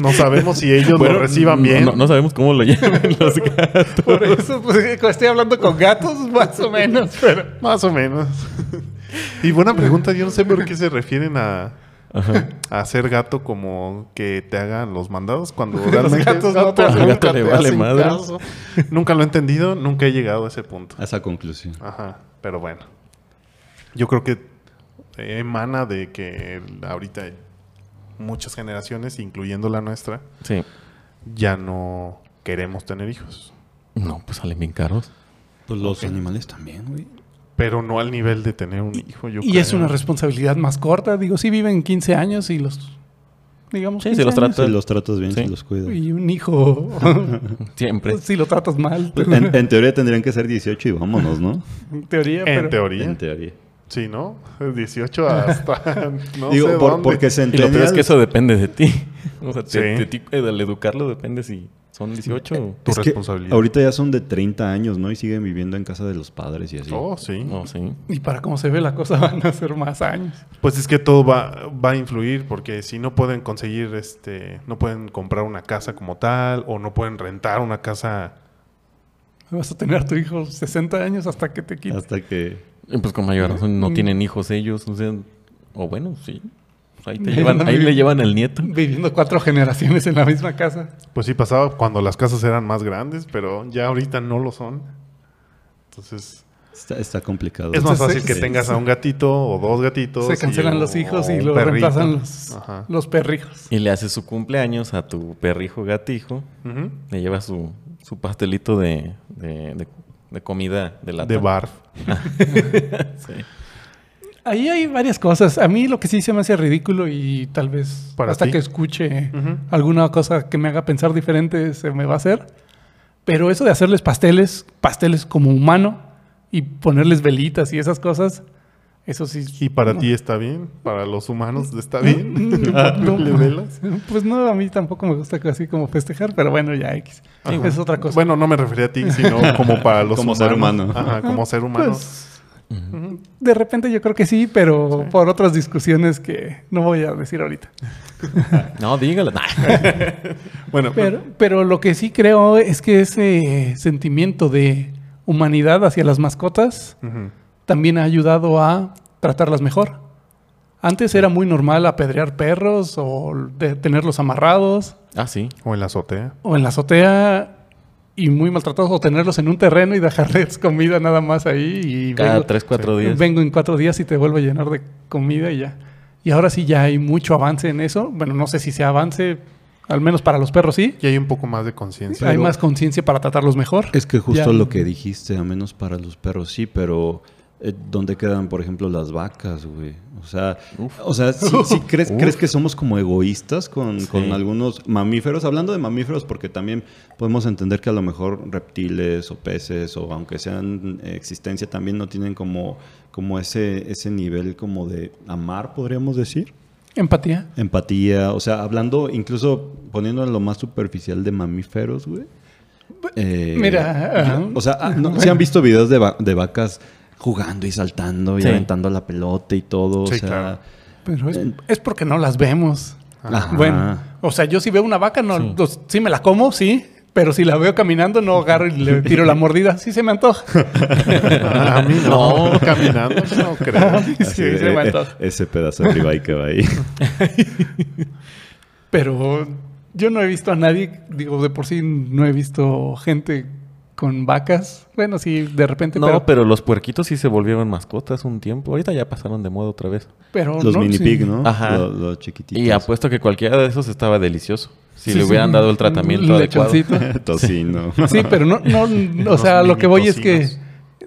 S1: No sabemos si ellos
S3: Bueno,
S1: pues, lo reciban
S3: no-
S1: bien.
S3: No, no sabemos cómo lo [laughs] llaman los gatos.
S4: Por eso pues, estoy hablando con gatos, más o menos. Pero
S1: Más o menos. [laughs] y buena pregunta, yo no sé por qué se refieren a,
S3: Ajá.
S1: a ser gato como que te hagan los mandados
S4: [laughs]
S1: cuando realmente
S4: gatos no te-
S1: nunca
S3: al gato le vale
S1: hacen
S3: madre.
S1: caso. Nunca lo he entendido, nunca he llegado a ese punto.
S2: A esa conclusión.
S1: Ajá, pero bueno. Yo creo que eh, emana de que ahorita muchas generaciones, incluyendo la nuestra,
S3: Sí.
S1: ya no queremos tener hijos.
S3: No, pues salen bien caros.
S2: Pues los animales también, güey.
S1: Pero no al nivel de tener un hijo. Yo
S4: y es
S1: creo.
S4: una responsabilidad más corta. Digo, sí viven 15 años y los. Digamos.
S3: Sí, si
S4: 15
S3: los
S4: años.
S2: Si los tratas bien,
S3: Sí.
S2: si los cuidas.
S4: Y un hijo.
S3: Siempre.
S4: si lo tratas mal.
S2: En, en teoría tendrían que ser 18 y vámonos, ¿no?
S4: En teoría,
S1: En
S4: pero.
S1: teoría.
S2: En teoría.
S1: Sí, ¿no? [laughs] 18 hasta. [laughs] No
S2: Digo,
S1: sé
S2: por-
S1: dónde.
S2: porque
S3: Y lo peor es
S2: centennial...
S3: que eso depende de ti. [laughs] O sea, te-
S1: Sí.
S3: de ti, eh, del educarlo depende si son 18 o...
S1: Tu
S2: es que
S1: responsabilidad.
S2: ahorita ya son de 30 años, ¿no? Y siguen viviendo en casa de los padres y así.
S1: Oh, sí.
S3: No, sí.
S4: Y para cómo se ve la cosa, [laughs] van a ser más años.
S1: Pues es que todo va, va a influir porque si no pueden conseguir, este, no pueden comprar una casa como tal o no pueden rentar una casa.
S4: Vas a tener a tu hijo 60 años hasta que te quites.
S2: Hasta que...
S3: Y pues con mayor razón no tienen hijos ellos, o sea... O bueno, sí. Pues Ahí, te
S4: Ahí
S3: llevan,
S4: andan
S3: ahí le
S4: viviendo.
S3: llevan al nieto.
S4: Viviendo cuatro generaciones en la misma casa.
S1: Pues sí pasaba cuando las casas eran más grandes, pero ya ahorita no lo son. Entonces
S2: Está, está complicado.
S1: es más
S4: Entonces,
S1: fácil que
S4: sí,
S1: tengas a un gatito o dos gatitos.
S4: se
S1: y
S4: cancelan
S1: un-
S4: los hijos
S1: o
S4: y
S1: un
S4: lo
S1: perrito.
S4: reemplazan los,
S1: Ajá.
S4: los perrijos.
S3: Y le haces su cumpleaños a tu perrijo gatijo.
S1: Ujú.
S3: Le llevas su, su pastelito de, de, de- de comida de la
S1: De barf.
S4: Ahí hay varias cosas. A mí lo que sí se me hace ridículo y tal vez
S1: Para
S4: hasta
S1: ti.
S4: que escuche
S1: Ujú.
S4: alguna cosa que me haga pensar diferente se me va a hacer. Pero eso de hacerles pasteles, pasteles como humano y ponerles velitas y esas cosas, eso sí.
S1: Y para
S4: no.
S1: ti está bien, para los humanos está bien.
S4: [laughs]
S1: [laughs]
S4: No,
S1: ¿Le
S4: no.
S1: velas?
S4: Pues no, a mí tampoco me gusta así como festejar, pero bueno, ya X.
S1: Ajá.
S4: Es otra cosa. [laughs]
S1: Bueno, no me refería a ti, sino como para los
S2: Como ser humano.
S1: Ajá, como ser humano.
S4: Ah, Pues, De repente yo creo que sí, pero por otras discusiones que no voy a decir ahorita.
S3: No, dígalo. [laughs] Nah.
S1: Bueno,
S4: Pero, pero lo que sí creo es que ese sentimiento de humanidad hacia las mascotas
S1: ujú,
S4: también ha ayudado a tratarlas mejor. Antes era muy normal apedrear perros o de- tenerlos amarrados
S3: Ah, sí.
S1: o en la azotea.
S4: o en la azotea y muy maltratados o tenerlos en un terreno y dejarles [laughs] comida nada más ahí y
S3: Cada
S4: vengo-
S3: tres, cuatro días.
S4: Vengo en cuatro días y te vuelvo a llenar de comida y ya. Y ahora sí ya hay mucho avance en eso. Bueno, no sé si sea avance, al menos para los perros sí.
S1: Y hay un poco más de
S4: [laughs]
S1: conciencia.
S4: hay más conciencia para tratarlos mejor.
S2: Es que justo
S4: Ya.
S2: lo que dijiste, a menos para los perros, sí, pero eh, ¿dónde quedan, por ejemplo, las vacas, güey? O sea, o sea sí- sí crees, crees que somos como egoístas con, con algunos mamíferos? Hablando de mamíferos, porque también podemos entender que a lo mejor reptiles o peces, o aunque sean eh, existencia, también no tienen como, como ese, ese nivel como de amar, podríamos decir.
S4: Empatía.
S2: Empatía, o sea, hablando, incluso poniéndolo lo más superficial de mamíferos, güey. Eh,
S4: Mira,
S2: yo-
S4: ajá.
S2: o sea, ah, no, ¿sí han visto videos de, va- de vacas jugando y saltando y
S3: Sí.
S2: aventando la pelota y todo,
S1: Sí,
S2: o sea,
S1: claro.
S4: Pero es, es porque no las vemos.
S2: Ajá.
S4: Bueno, o sea, yo si veo una vaca, no, los- sí. me la como, sí. Pero si la veo caminando, no agarro y [laughs] le tiro la mordida. Sí se me antoja.
S1: Ah, A mí no, caminando Ah,
S4: [laughs]
S1: no creo.
S4: Sí,
S2: así de-
S4: sí me
S2: eh,
S4: antoja.
S2: ese pedazo de ribeye que va
S4: [laughs]
S2: ahí.
S4: Pero yo no he visto a nadie, digo, de por sí no he visto gente con vacas. Bueno, sí, de repente,
S3: No, pero,
S4: pero,
S3: los puerquitos sí se volvieron mascotas un tiempo. Ahorita ya pasaron de moda otra vez.
S4: pero
S2: Los
S4: Oh, no,
S2: mini
S4: sí.
S2: pig, ¿no?
S3: Ajá.
S2: Los, los chiquititos.
S3: Y
S4: pues.
S3: apuesto que cualquiera de esos estaba delicioso. Si
S4: Sí,
S3: le
S4: sí,
S3: hubieran
S4: un-
S3: dado el
S4: un
S3: tratamiento adecuado.
S4: lechoncito.
S2: [laughs] [laughs] Tocino.
S4: [laughs] Sí, pero no, no, o sea,
S1: Unos
S4: lo que voy es que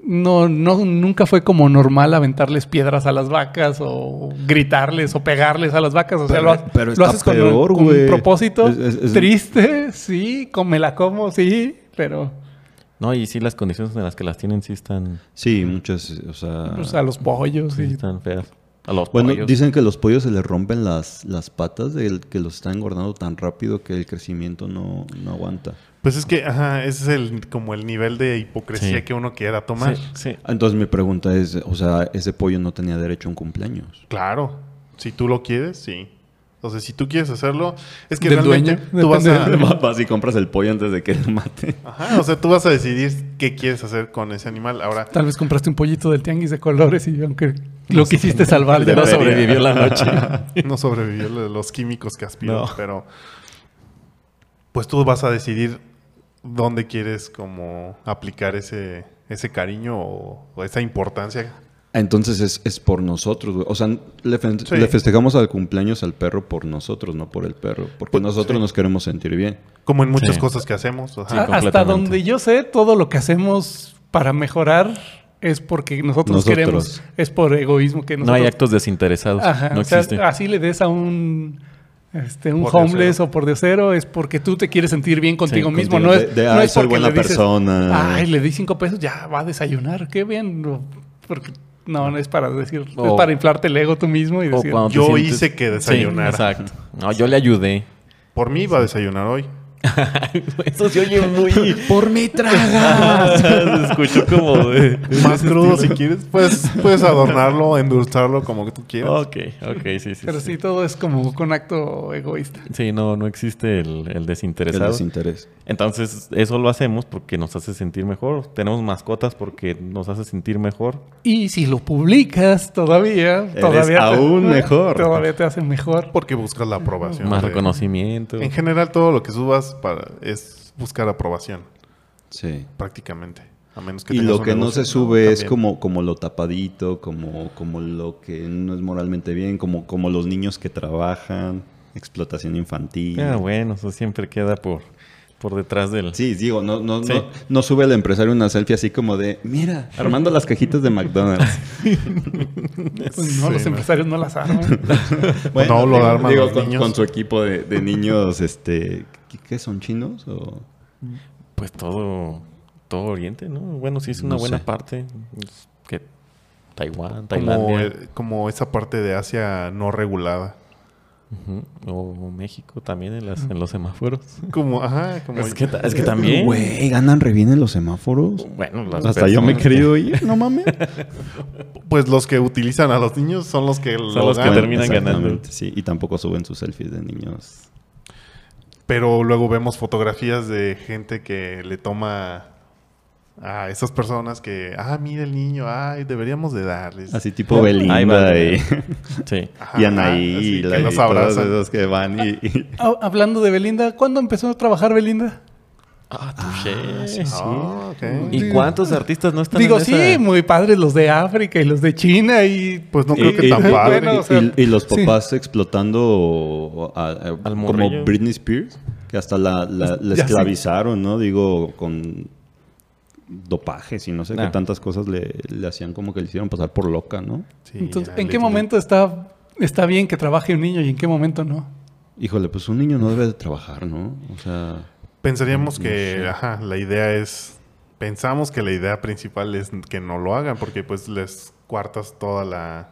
S1: minitocinos.
S4: no, no, nunca fue como normal aventarles piedras a las vacas o gritarles o pegarles a las vacas. O sea,
S2: Pero- eh,
S4: lo, ha-
S2: pero
S4: lo
S2: está
S4: haces con,
S2: peor,
S4: con
S2: güey.
S4: un propósito.
S2: Es- es- es-
S4: Triste, sí, con- me la como, sí, pero
S3: No, y sí, las condiciones en las que las tienen sí están,
S2: Sí, muchas, o sea...
S4: pues, a los pollos
S3: sí
S4: y
S3: están feas. A los
S2: Bueno,
S3: pollos.
S2: dicen que los pollos se les rompen las, las patas del que los está engordando tan rápido que el crecimiento no, no aguanta.
S1: Pues es que, ajá, ese es el, como el nivel de hipocresía
S3: Sí.
S1: que uno quiera tomar.
S3: Sí, sí.
S2: Entonces mi pregunta es, o sea, ese pollo no tenía derecho a un [laughs] cumpleaños.
S1: Claro, si tú lo quieres, sí. Entonces, si tú quieres hacerlo, es que
S4: ¿Del
S1: realmente
S4: dueño?
S1: tú vas
S4: Depende
S1: a...
S2: Vas vas y compras el pollo antes de que lo maten.
S1: Ajá, o sea, tú vas a decidir qué quieres hacer con ese animal. Ahora,
S4: tal vez compraste un pollito del tianguis de colores y aunque lo quisiste salvar de
S3: No
S4: la
S2: feria.
S3: Ah, sobrevivió la noche.
S1: [laughs] no sobrevivió lo de los químicos que aspiró,
S3: No.
S1: pero pues tú vas a decidir dónde quieres como aplicar ese, ese cariño o, o esa importancia.
S2: [laughs] Entonces es, es por nosotros, güey. O sea, le, fe-
S1: Sí.
S2: le festejamos al cumpleaños al perro por nosotros, no por el perro. Porque nosotros nos queremos sentir bien.
S1: Como en muchas
S3: Sí.
S1: cosas que hacemos. ajá.
S3: Sí,
S4: A- Hasta
S3: completamente.
S4: donde yo sé, todo lo que hacemos para mejorar es porque nosotros,
S2: Nosotros.
S4: queremos, es por egoísmo que
S3: No
S4: nosotros.
S3: hay actos desinteresados.
S4: Ajá,
S3: no
S4: o sea,
S3: existe.
S4: así le des a un este, un
S1: Por
S4: homeless
S1: diosero.
S4: o por diosero, es porque tú te quieres sentir bien contigo
S3: Sí,
S4: mismo.
S2: contigo.
S4: No
S2: De-
S4: es,
S2: de,
S4: no
S2: "Ay,
S4: es
S2: soy
S4: porque
S2: buena
S4: le dices,
S2: persona".
S4: Ay, le di cinco pesos, ya va a desayunar, qué bien. o Porque no, no es para decir, es
S3: O-
S4: para inflarte el ego tú mismo y
S3: O
S4: decir,
S3: cuando te
S1: yo hice que desayunara.
S3: Sí, exacto. No, yo le ayudé.
S1: Por mí va a desayunar hoy.
S3: [laughs] Eso se oye [laughs] muy...
S2: ¡Por mi traga!
S3: [laughs] se escuchó como de...
S1: Más crudo si quieres. Puedes, puedes adornarlo, endulzarlo como tú quieras.
S3: Ok, ok, sí, sí.
S4: pero
S3: sí.
S4: sí, todo es como con acto egoísta.
S3: Sí, no, no existe el, el
S2: El
S3: desinteresado.
S2: desinterés.
S3: Entonces, eso lo hacemos porque nos hace sentir mejor. Tenemos mascotas porque nos hace sentir mejor.
S4: Y si lo publicas todavía, todavía [laughs]
S2: aún mejor.
S4: Todavía te hace mejor.
S1: Porque buscas la aprobación.
S3: Más
S1: de-
S3: reconocimiento. ah,
S1: En general, todo lo que subas para, es buscar aprobación,
S2: Sí.
S1: prácticamente. A menos que
S2: Y
S1: tengas
S2: lo
S1: un
S2: que no
S1: negocio,
S2: se sube es
S1: También.
S2: como, como lo tapadito, como, como lo que no es moralmente bien, como, como los niños que trabajan, explotación infantil.
S3: Ah, bueno, eso siempre queda por, por detrás del...
S2: Sí, digo, no, no,
S3: Sí.
S2: no, no sube el empresario una selfie así como de, mira, armando las cajitas de
S3: [laughs]
S2: McDonald's.
S4: Pues
S1: [laughs]
S4: no,
S1: Sí,
S4: los
S1: no.
S4: empresarios no las arman.
S1: No, lo
S2: digo,
S1: arman
S2: digo,
S1: los
S2: con,
S1: niños.
S2: con su equipo de, de niños, este, ¿qué, qué son chinos? O?
S3: Pues todo, todo Oriente, ¿no? Bueno, sí es una
S2: No
S3: buena
S2: sé.
S3: parte. Es que Taiwán,
S1: Como,
S3: Tailandia.
S1: eh, como esa parte de Asia no regulada.
S3: Ujú. O México también en, las- en los semáforos.
S1: Como, ajá, como.
S3: Es que, ta- es que también.
S2: Güey, ganan re bien en los semáforos.
S3: Bueno, las
S2: Hasta yo me he
S3: personas- Ah,
S2: querido ir, no
S3: [laughs]
S2: mames.
S1: Pues los que utilizan a los niños son los que lo
S3: los que
S1: ganan.
S3: terminan ganando.
S2: Exactamente, Sí, y tampoco suben sus selfies de niños.
S1: Pero luego vemos fotografías de gente que le toma a esas personas que, ah, mira el niño, ay, deberíamos de darles.
S2: Así tipo
S3: Ahí
S2: Belinda
S3: va.
S2: y,
S3: Sí.
S1: Ajá,
S2: y
S1: ajá,
S2: Anaí
S1: así
S2: y,
S1: que
S2: la, y
S1: los
S2: todas
S1: abrazan.
S2: esas que van y... y-
S4: Ah, Hablando de Belinda, ¿cuándo empezó a trabajar Belinda?
S3: Ah, touché.
S1: Ah, ok.
S3: ¿Y cuántos artistas no están
S4: Digo,
S3: en
S4: sí,
S3: esa?
S4: muy padres los de África y los de China y...
S1: Pues no
S2: y-
S1: creo que
S2: y-
S1: tan
S2: y-
S1: padre.
S4: bueno, o sea,
S2: y- y los
S4: sí.
S2: papás explotando a- a- como
S3: morrillo.
S2: Britney Spears, que hasta la, la- la
S4: Ya sé.
S2: esclavizaron, ¿no? Digo, con dopajes y no sé qué
S3: Nah.
S2: tantas cosas le, le hacían como que le hicieron pasar por loca, ¿no?
S1: Sí,
S4: Entonces,
S1: ya,
S4: ¿en
S1: le
S4: qué
S1: tienen-
S4: momento está, está bien que trabaje un niño y en qué momento no?
S2: Híjole, pues un niño no debe de trabajar, ¿no? O sea...
S1: Pensaríamos
S2: Mm, No
S1: que,
S2: sé.
S1: ajá, la idea es. Pensamos que la idea principal es que no lo hagan, porque pues les cuartas toda la,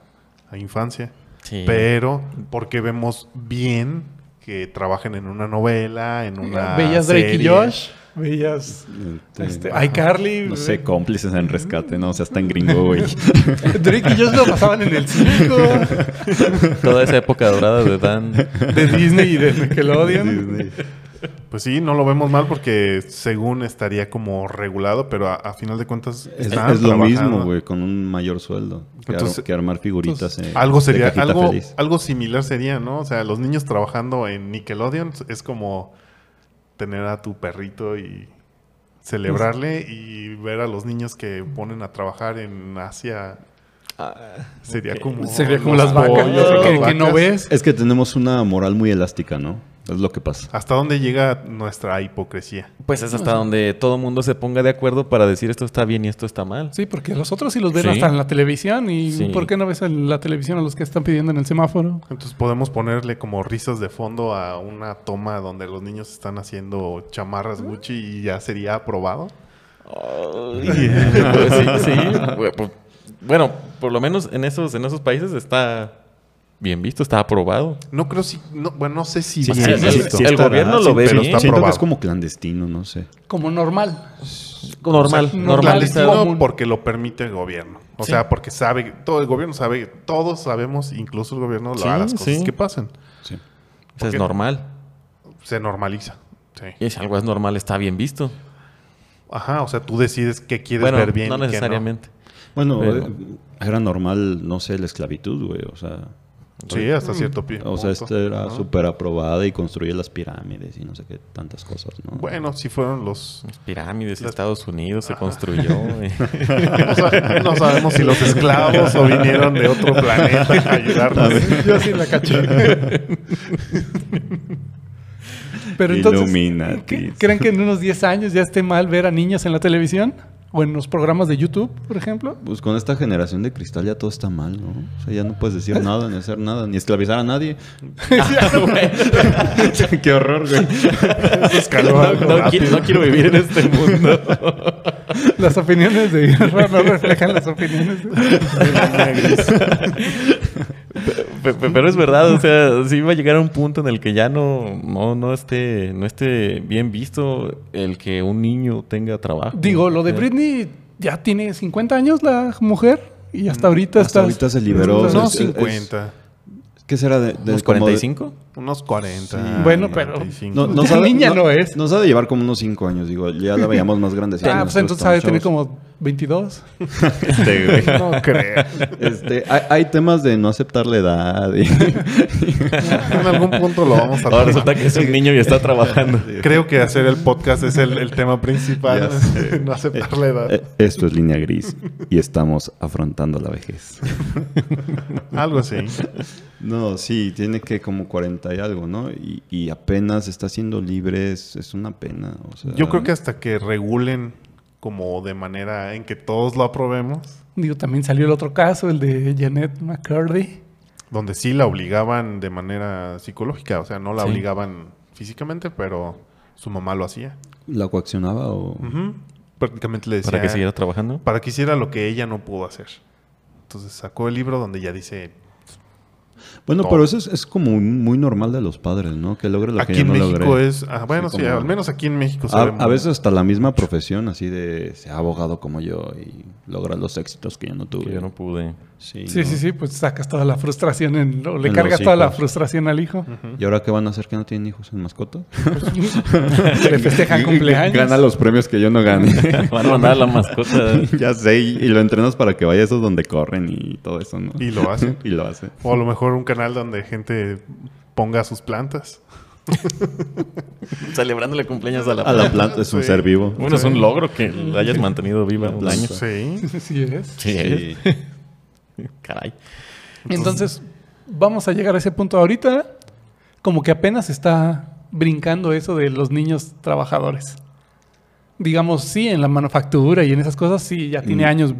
S1: la infancia.
S3: Sí.
S1: Pero, porque vemos bien que trabajen en una novela, en una.
S4: Bellas Drake y
S1: serie?
S4: Josh, bellas este,
S3: Ah,
S4: iCarly.
S2: No sé, cómplices en rescate, ¿no? O sea, está en
S4: [laughs]
S2: gringo, güey.
S4: Drake y Josh lo pasaban en el 5
S3: Toda esa época dorada
S1: [laughs]
S3: de Dan.
S4: de Disney y de Nickelodeon.
S2: Disney.
S1: Pues sí, no lo vemos mal porque según estaría como regulado, pero a, a final de cuentas
S2: Es,
S1: están
S2: es lo
S1: ah, trabajando.
S2: mismo, güey, con un mayor sueldo. Que, ar-
S1: Entonces-
S2: que armar figuritas. eh,
S1: Algo
S2: de
S1: sería,
S2: cajita
S1: algo,
S2: feliz.
S1: algo similar sería, ¿no? O sea, los niños trabajando en Nickelodeon es como tener a tu perrito y celebrarle
S4: Pues
S1: y ver a los niños que ponen a trabajar en Asia sería como
S4: Ah, Sería como
S1: los
S4: las vacas,
S1: pollos,
S4: que-
S1: las
S4: que no
S1: vacas.
S4: ves.
S2: Es que tenemos una moral muy elástica, ¿no? Es lo que pasa.
S1: ¿Hasta dónde llega nuestra hipocresía?
S3: Pues es hasta donde todo mundo se ponga de acuerdo para decir esto está bien y esto está mal.
S4: Sí, porque los otros sí los ven
S3: Sí.
S4: hasta en la televisión. ¿Y
S3: Sí.
S4: por qué no ves en la televisión a los que están pidiendo en el semáforo?
S1: Entonces podemos ponerle como risas de fondo a una toma donde los niños están haciendo
S4: Mm.
S1: chamarras Gucci y ya sería aprobado.
S3: Pues sí, sí. Bueno, pues, Bueno, por lo menos en esos, en esos países está bien visto, está aprobado.
S1: No creo si, no, bueno, no sé si
S2: Sí,
S1: bien
S2: sí,
S1: visto.
S2: sí,
S3: el,
S2: sí
S3: el
S2: estará,
S3: gobierno
S2: sí,
S3: lo ve
S1: pero está-
S3: bien.
S2: Siento que
S1: aprobado.
S2: es como clandestino, no sé.
S4: Como normal.
S3: Normal,
S4: O sea,
S1: No,
S3: normal.
S4: normalizado.
S1: clandestino
S4: Común.
S1: porque lo permite el gobierno. O
S4: Sí.
S1: sea, porque sabe, todo el gobierno sabe, todos sabemos, incluso el gobierno, lo-
S3: Sí,
S1: a las cosas
S3: sí.
S1: que pasan.
S2: Sí.
S3: O sea, es normal.
S1: Se normaliza. Sí.
S3: Y si algo es normal, está bien visto.
S1: Ajá, o sea, tú decides qué quieres
S3: Bueno,
S1: ver bien.
S3: no
S1: y qué
S3: necesariamente.
S2: Bueno,
S3: Pero-
S2: eh, era normal, no sé, la esclavitud, güey. O sea,
S1: Sí,
S3: Mm.
S1: hasta cierto pi-
S2: o sea
S1: punto,
S2: esta era
S1: ¿no?
S2: súper aprobada y construye las pirámides y no sé qué tantas cosas, ¿no?
S1: Bueno, sí fueron los... [laughs]
S3: Las pirámides, de
S1: Las-
S3: Estados Unidos se construyó. eh.
S1: [laughs] No,
S3: [laughs] güey.
S1: sa- [laughs] no sabemos si los esclavos o vinieron de otro planeta a
S2: [laughs]
S1: ayudarnos.
S4: Yo sí la caché. Pero entonces, ¿qué-
S2: Illuminatis.
S4: ¿creen que en unos 10 años ya esté mal ver a niños en la televisión? ¿O en los programas de YouTube, por [laughs] ejemplo?
S2: Pues con esta generación de cristal ya todo está mal, ¿no? O sea, ya no puedes decir nada, ni hacer nada, ni esclavizar a nadie. [laughs] Qué horror, güey.
S1: Eso escaló
S3: no,
S1: algo
S3: no qui-
S1: rápido.
S3: no quiero vivir en este mundo.
S4: Las opiniones de Guerra no reflejan las opiniones de...
S3: Pe- pe- Pero es verdad, o sea, sí va a llegar a un punto en el que ya no, no, no esté, no esté bien visto el que un niño tenga trabajo.
S4: Digo, lo de
S3: Sí.
S4: Britney ya tiene 50 años la mujer y hasta ahorita
S2: Mm, Hasta
S4: está...
S2: ahorita se liberó. este,
S1: Unos
S4: No,
S2: Es- es-
S1: 50,
S2: ¿Qué será de, del-
S3: ¿Unos
S2: como de-
S3: 45?
S1: unos 40.
S2: Sí.
S4: Bueno, pero-
S1: 45.
S2: No,
S1: [laughs]
S2: no
S4: Ya
S2: sabe,
S4: niña no es.
S2: Nos ha de llevar como unos 5 años, digo. Ya la veíamos más grandecita.
S4: Ah, pues entonces sabe tener
S2: Nosotros
S4: como
S2: [laughs]
S4: 22.
S2: estamos chavos. Este,
S4: No creo.
S2: güey. [laughs] Este, hay, hay temas de no aceptar la edad. y- [laughs]
S1: en algún punto lo vamos a
S3: Ahora
S1: tomar.
S3: resulta que es un niño y está trabajando.
S1: Creo que hacer el podcast es el, el tema principal.
S2: Ya sé.
S1: [laughs] no aceptar la edad.
S2: Eh, Esto es línea gris y estamos afrontando la vejez.
S1: Algo
S2: eh,
S1: así.
S2: No, sí, tiene que como 40 y algo, ¿no? Y, y apenas está siendo libre, es, es una pena. o sea,
S1: Yo creo que hasta que regulen como de manera en que todos lo aprobemos,
S4: Digo, también salió el otro caso, el de Janet McCurdy.
S1: donde sí la obligaban de manera psicológica, o sea, no la
S3: Sí.
S1: obligaban físicamente, pero su mamá lo hacía.
S2: ¿La coaccionaba o...?
S1: Ujú. Prácticamente le decía
S3: Para que siguiera trabajando.
S1: para que hiciera lo que ella no pudo hacer. Entonces sacó el libro donde ya dice
S2: Bueno,
S1: No.
S2: pero eso es, es como muy normal de los padres, ¿no? Que logre lo que
S1: Aquí
S2: yo
S1: en
S2: no
S1: México
S2: logré.
S1: es. ah, bueno,
S2: Sí,
S1: sí,
S2: como-
S1: al menos aquí en México pues, se
S2: A,
S1: ve
S2: a
S1: muy-
S2: veces hasta la misma profesión, así de sea abogado como yo y lograr los éxitos que yo no tuve.
S3: Que Pues yo no [laughs] pude.
S2: Sí,
S4: Sí,
S2: ¿no?
S4: sí, sí, pues sacas toda la frustración en, o le
S2: En
S4: cargas
S2: los
S4: toda la
S2: hijos.
S4: frustración al hijo. [laughs]
S2: ¿Y ahora qué van a hacer que no tienen hijos en mascota?
S4: le festejan cumpleaños.
S2: Gana los premios que yo no
S4: [laughs]
S2: gané.
S3: Van a mandar a la mascota.
S2: ya sé, y, y lo entrenas para que vaya a esos donde corren y todo eso, ¿no?
S1: Y lo
S2: [laughs]
S1: hace.
S2: y lo hace.
S1: O a lo mejor un canal donde gente ponga sus plantas.
S3: Celebrándole cumpleaños a la,
S2: A la planta es un
S1: Sí.
S2: ser vivo.
S3: Bueno, es un logro que la hayas mantenido viva un
S2: planta.
S3: año.
S1: Sí.
S4: Así es.
S3: Sí.
S2: Sí.
S3: Caray.
S4: Entonces, vamos a llegar a ese punto ahorita, como que apenas está brincando eso de los niños trabajadores. Digamos, sí, en la manufactura y en esas cosas, sí, ya tiene
S2: Mm.
S4: años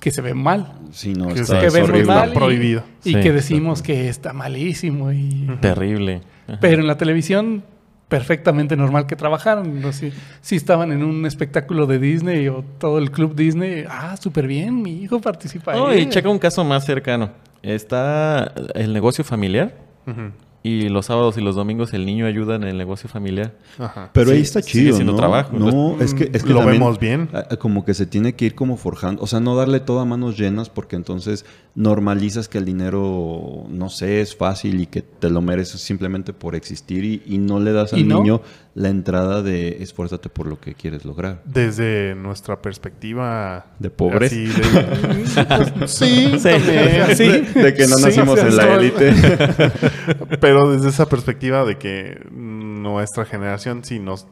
S4: que se ve mal.
S2: Sí, no,
S1: Que
S2: está
S1: se
S4: que
S2: es
S4: vemos
S2: horrible.
S4: mal.
S1: Prohibido.
S4: Y
S3: Sí,
S4: que decimos que está malísimo. Y...
S3: Terrible. Ajá.
S4: Pero en la televisión, perfectamente normal que trabajaran. ¿no? Si, si estaban en un espectáculo de Disney o todo el club Disney, ah, súper bien, mi hijo participa.
S3: No,
S4: ahí.
S3: y checa un caso más cercano. Está el negocio familiar
S1: Ujú.
S3: y los sábados y los domingos el niño ayuda en el negocio familiar.
S1: Ajá.
S2: Pero ahí
S3: Sí,
S2: está
S3: sigue
S2: chido,
S3: siendo
S2: ¿no?
S3: trabajo, mm,
S2: No, es que, es que
S1: lo
S2: también,
S1: vemos bien.
S2: ah, Como que se tiene que ir como forjando, o sea, no darle todo a manos llenas porque entonces normalizas que el dinero, no sé, es fácil y que te lo mereces simplemente por existir y, y no le das
S4: ¿Y
S2: al
S4: no?
S2: niño la entrada de esfuérzate por lo que quieres lograr.
S1: Desde nuestra perspectiva.
S2: De pobres.
S1: así de-
S3: Sí, también.
S2: De, de que
S1: [laughs]
S2: no
S1: Sí,
S2: nacimos
S1: sí,
S2: en la
S1: estoy-
S2: élite.
S1: pero desde esa perspectiva de que nuestra generación, si nos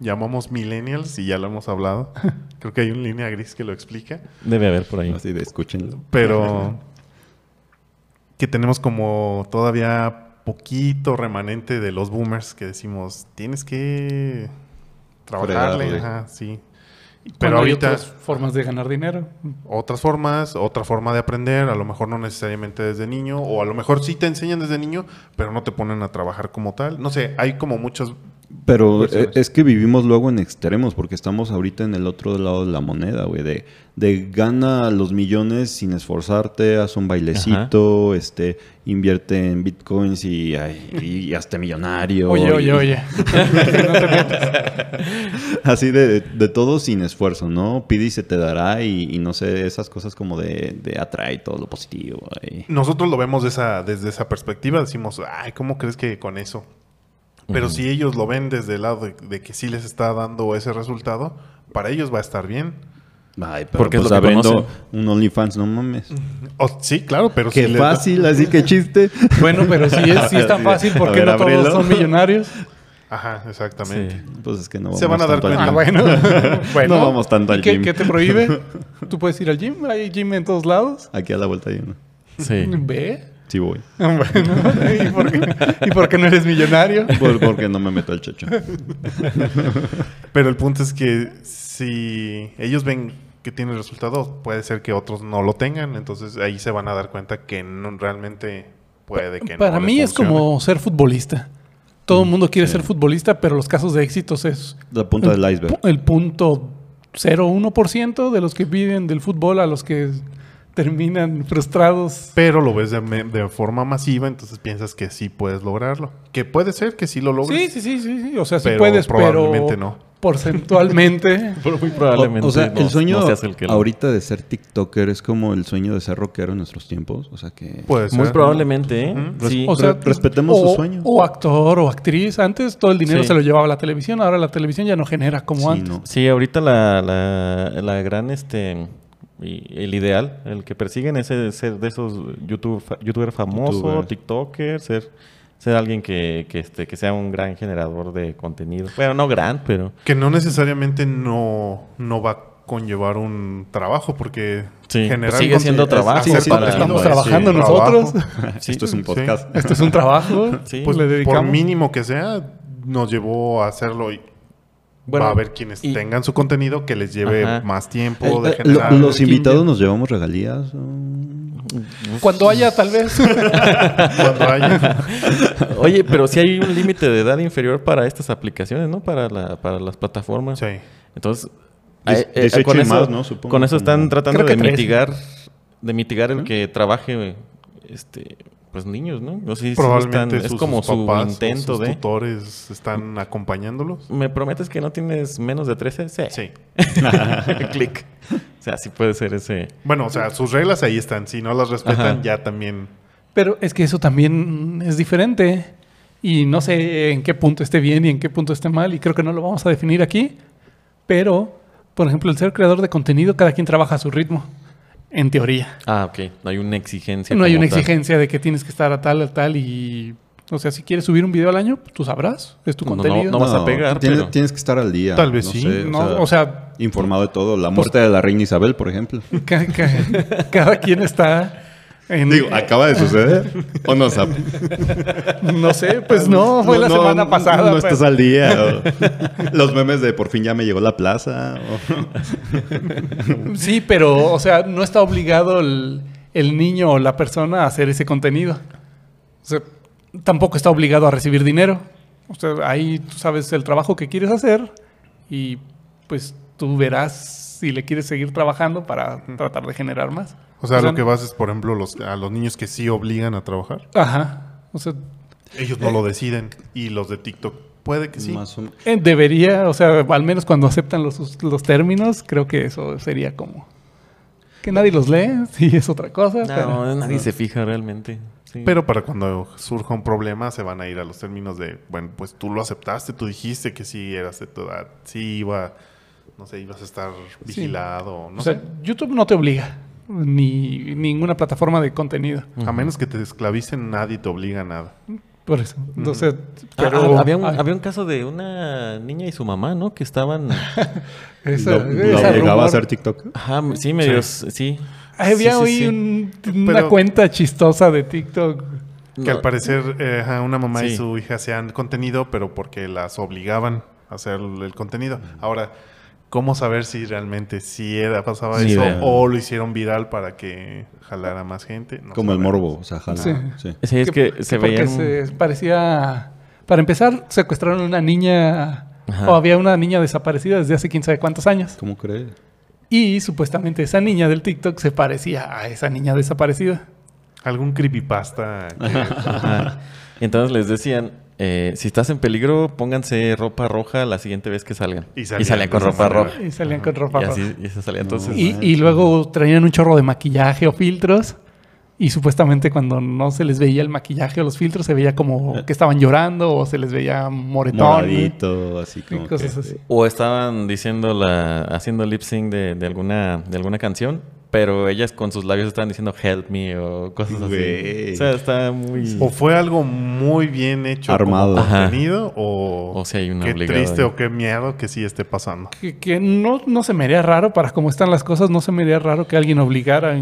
S1: llamamos millennials, y ya lo hemos
S2: [laughs]
S1: hablado, creo que hay una línea gris que lo explica.
S3: Debe haber por ahí.
S2: Así de escúchenlo.
S1: pero que tenemos como todavía poquito remanente de los boomers que decimos tienes que trabajarle,
S2: Fregarle.
S1: ajá, sí.
S4: Cuando
S1: Pero
S4: hay
S1: ahorita
S4: otras formas de ganar dinero.
S1: otras formas, otra forma de aprender, a lo mejor no necesariamente desde niño, o a lo mejor sí te enseñan desde niño, pero no te ponen a trabajar como tal. No sé, hay como muchos
S2: Pero
S1: Personas.
S2: eh, es que vivimos luego en extremos, porque estamos ahorita en el otro lado de la moneda, güey, de, de gana los millones sin esforzarte, haz un bailecito, este, invierte en bitcoins y, ay, y hazte millonario.
S4: Oye,
S2: y-
S4: oye, oye.
S2: [laughs] Así de, de todo sin esfuerzo, ¿no? Pide y se te dará y, y no sé, esas cosas como de, de atrae todo lo positivo. y-
S1: Nosotros lo vemos de esa, desde esa perspectiva, decimos, ay, ¿cómo crees que con eso? Pero
S3: Ujú.
S1: si ellos lo ven desde el lado de, de que sí les está dando ese resultado, para ellos va a estar bien.
S2: Ay, pero
S3: Porque es
S2: pues
S3: lo que
S2: abriendo
S3: conocen.
S2: un OnlyFans, no mames.
S1: O- Pues sí, claro, pero
S2: Qué
S1: si les da-
S2: fácil, así que chiste. [laughs]
S4: Bueno, pero si es, si es tan fácil, ¿por
S2: A
S4: qué
S2: ver,
S4: no todos
S2: ábrelo. [laughs]
S4: son millonarios?
S1: Ajá, exactamente.
S2: Pues es que no
S1: Se van a dar
S2: tanto
S1: cuenta.
S2: al
S4: Ah,
S2: gym.
S4: bueno.
S2: [laughs]
S4: bueno.
S2: No vamos tanto
S4: ¿Y
S2: al
S4: qué,
S2: gym.
S4: ¿Qué
S2: [laughs]
S4: te prohíbe? Tú puedes ir al gym, hay gym en todos lados.
S2: Aquí a la vuelta hay uno.
S3: Sí. sí.
S1: [laughs]
S4: Ve. [laughs]
S2: Sí voy.
S4: Bueno, ¿y por qué, y por qué no eres millonario?
S2: Por- porque no me meto el checho.
S1: Pero el punto es que si ellos ven que tienen resultados, puede ser que otros no lo tengan, entonces ahí se van a dar cuenta que no- realmente puede que no
S4: Para
S1: les
S4: mí es
S1: funcione.
S4: como ser futbolista. Todo
S2: Mm,
S4: el mundo quiere ser futbolista, pero los casos de éxitos es
S2: La punta del iceberg.
S4: pu- el punto 0,1% de los que viven del fútbol a los que terminan frustrados.
S1: Pero lo ves de, me- de forma masiva, entonces piensas que sí puedes lograrlo. Que puede ser que sí lo logres.
S2: pues
S4: Sí, sí, sí, sí, sí. O sea, sí
S1: Pero
S4: puedes,
S1: probablemente
S4: pero
S1: no.
S2: [laughs]
S4: porcentualmente
S3: Pero muy
S2: O,
S3: probablemente.
S2: o sea,
S3: no-
S2: el sueño
S3: no seas el que lo-
S2: ahorita de ser TikToker es como el sueño de ser rockero en nuestros tiempos. O sea que.
S1: Puede
S3: Muy
S1: ser.
S3: probablemente, ¿eh?
S1: Ujú.
S3: Sí.
S4: O sea,
S2: Re- respetemos
S4: o,
S2: sus sueños.
S4: O actor o actriz. Antes todo el dinero
S3: Sí.
S4: se lo llevaba la televisión, ahora la televisión ya no genera como
S2: Sí,
S4: antes.
S2: no.
S3: Sí, ahorita la, la- la gran, este, y- el ideal, el que persiguen es el ser de esos YouTube, fa- youtuber famoso,
S2: Youtuber.
S3: TikToker, ser, ser alguien que, que, este, que sea un gran generador de contenido. Bueno, no gran, pero
S1: Que no necesariamente no, no va a conllevar un trabajo, porque
S3: Sí,
S1: generar
S3: pues sigue siendo
S1: conte-
S3: trabajo
S1: hacer
S2: para-
S1: contenido
S4: Estamos
S1: es
S4: trabajando
S1: un
S4: nosotros. [laughs]
S1: trabajo.
S2: [laughs]
S3: sí,
S2: Esto es un
S1: sí.
S2: podcast.
S4: Esto es un trabajo.
S3: Sí.
S1: Pues
S4: Le
S1: por
S4: dedicamos.
S1: mínimo que sea, nos llevó a hacerlo y
S3: Bueno,
S1: va a haber quienes
S3: y-
S1: tengan su contenido que les lleve
S3: Ajá.
S1: más
S2: Eh,
S1: tiempo de
S2: eh,
S1: generar.
S2: lo- los
S4: ¿quién
S2: invitados
S4: viene?
S2: nos llevamos regalías. ¿no?
S1: Pues
S4: Cuando haya, tal vez.
S1: cuando
S2: [laughs]
S1: haya.
S3: oye, pero sí hay un límite de edad inferior para estas aplicaciones, ¿no? Para, la, para las plataformas.
S1: Sí.
S3: Entonces,
S2: Diez-
S3: eh, eh,
S2: 18
S3: con
S2: y
S3: eso,
S2: más, ¿no? Supongo,
S3: con eso están
S2: como-
S3: tratando
S4: Creo que
S3: de
S4: tres.
S3: mitigar, de mitigar el que trabaje, este, pues niños, ¿no? No sé si
S1: Probablemente
S3: están-
S1: sus-
S3: es como
S1: sus papás o
S3: su intento
S1: sus
S3: de...
S1: tutores están acompañándolos.
S3: ¿Me prometes que no tienes menos de 13? Sí. [laughs]
S1: Sí.
S3: Clic. O sea, sí puede ser ese...
S1: Bueno, o sea, sus reglas ahí están. Si no las respetan,
S3: Ajá.
S1: ya también.
S4: Pero es que eso también es diferente. Y no sé en qué punto esté bien y en qué punto esté mal. Y creo que no lo vamos a definir aquí. Pero, por ejemplo, el ser creador de contenido, cada quien trabaja a su ritmo. En teoría.
S3: Ah, ok. No hay una exigencia.
S4: no hay
S3: como
S4: una
S3: tal.
S4: exigencia de que tienes que estar a tal, a tal. Y, o sea, si quieres subir un video al año, pues tú sabrás. Es tu
S3: No, no,
S4: contenido.
S3: no vas a pegar,
S2: Tienes,
S3: pero-
S2: tienes que estar al día.
S1: Tal vez sí,
S4: No, o sea,
S2: informado de todo. La muerte de la reina Isabel, por ejemplo.
S4: ca- ca- cada quien está en...
S2: Digo, acaba de suceder. O no, sab-
S4: No sé, pues no, fue la
S2: no,
S4: semana
S2: no,
S4: pasada. pues.
S2: No,
S4: pero-
S2: estás al día.
S4: [laughs]
S2: o- los memes de por fin ya me llegó la plaza. o-
S4: Sí, pero, o sea, no está obligado el, el niño o la persona a hacer ese contenido. O sea, tampoco está obligado a recibir dinero. O sea, ahí tú sabes el trabajo que quieres hacer y pues tú verás si le quieres seguir trabajando para tratar de generar más.
S1: O sea,
S4: O sea,
S1: lo que vas es, por ejemplo, los, a los niños que sí obligan a trabajar.
S4: Ajá. O sea,
S1: Ellos no lo deciden. Y los de TikTok, puede que sí.
S2: Más o-
S4: eh, debería, o sea, al menos cuando aceptan los, los términos, creo que eso sería como... Que nadie los lee, [laughs] sí, es otra cosa. pero-
S3: No, nadie se fija realmente. Sí.
S1: Pero para cuando surja un problema, se van a ir a los términos de, bueno, pues tú lo aceptaste, tú dijiste que sí eras de tu edad, sí iba, no sé, ibas a estar vigilado, no
S4: o sea,
S1: sé.
S4: YouTube no te obliga, ni ninguna plataforma de contenido.
S1: A menos que te esclavicen, nadie te obliga a nada.
S4: Por eso. Entonces,
S3: Ah,
S4: pero
S3: ah, había, un,
S4: ah,
S3: había un caso de una niña y su mamá, ¿no? Que estaban...
S4: esa-
S2: lo, lo
S4: esa
S2: obligaba a
S4: rumor.
S2: hacer TikTok.
S3: Ajá, sí, medio... Sí. sí.
S4: Había
S3: Sí,
S4: hoy
S3: sí, sí.
S4: un-
S1: Pero-
S4: una cuenta chistosa de TikTok.
S1: Que al
S3: No.
S1: parecer eh, ajá, una mamá y
S3: Sí.
S1: su hija hacían contenido, pero porque las obligaban a hacer el contenido. Ahora, ¿cómo saber si realmente sí era, pasaba
S3: Ni
S1: eso
S3: idea.
S1: o lo hicieron viral para que jalara más gente? No
S2: Como el
S1: sabemos.
S2: morbo. O sea, jala,
S4: Sí.
S2: sí.
S3: Sí, es que, se
S4: porque
S3: veían...
S4: se parecía. Para empezar, secuestraron a una niña.
S3: Ajá.
S4: O había una niña desaparecida desde hace quién sabe cuántos años.
S2: ¿Cómo crees?
S4: Y supuestamente esa niña del TikTok se parecía a esa niña desaparecida.
S1: Algún creepypasta. que-
S3: [laughs] Ajá. Entonces les decían, eh, si estás en peligro, pónganse ropa roja la siguiente vez que salgan.
S1: Y
S3: Y
S1: salían
S3: salían,
S1: de
S3: con
S1: esa
S3: ropa
S1: manera.
S3: roja.
S4: Y salían con ropa
S3: y
S4: roja.
S3: así, y así salía. Entonces,
S4: Y,
S2: Ah,
S4: y
S2: sí.
S4: luego traían un chorro de maquillaje o filtros. Y supuestamente cuando no se les veía el maquillaje o los filtros, se veía como que estaban llorando o se les veía moretón.
S2: Eh. Moradito, así
S4: Y
S2: como.
S4: cosas
S2: que-
S4: así.
S3: o estaban diciendo la, haciendo lip sync de, de alguna, de alguna canción, pero ellas con sus labios estaban diciendo help me o cosas así.
S2: Güey.
S3: O sea, está muy.
S1: O fue algo muy bien hecho
S2: Armado.
S1: como
S3: Ajá.
S1: contenido o,
S3: O sea, hay una
S1: qué
S3: obligada
S1: triste
S3: ahí.
S1: o qué miedo que sí esté pasando.
S4: Que, que no, no se me haría raro para cómo están las cosas, no se me haría raro que alguien obligara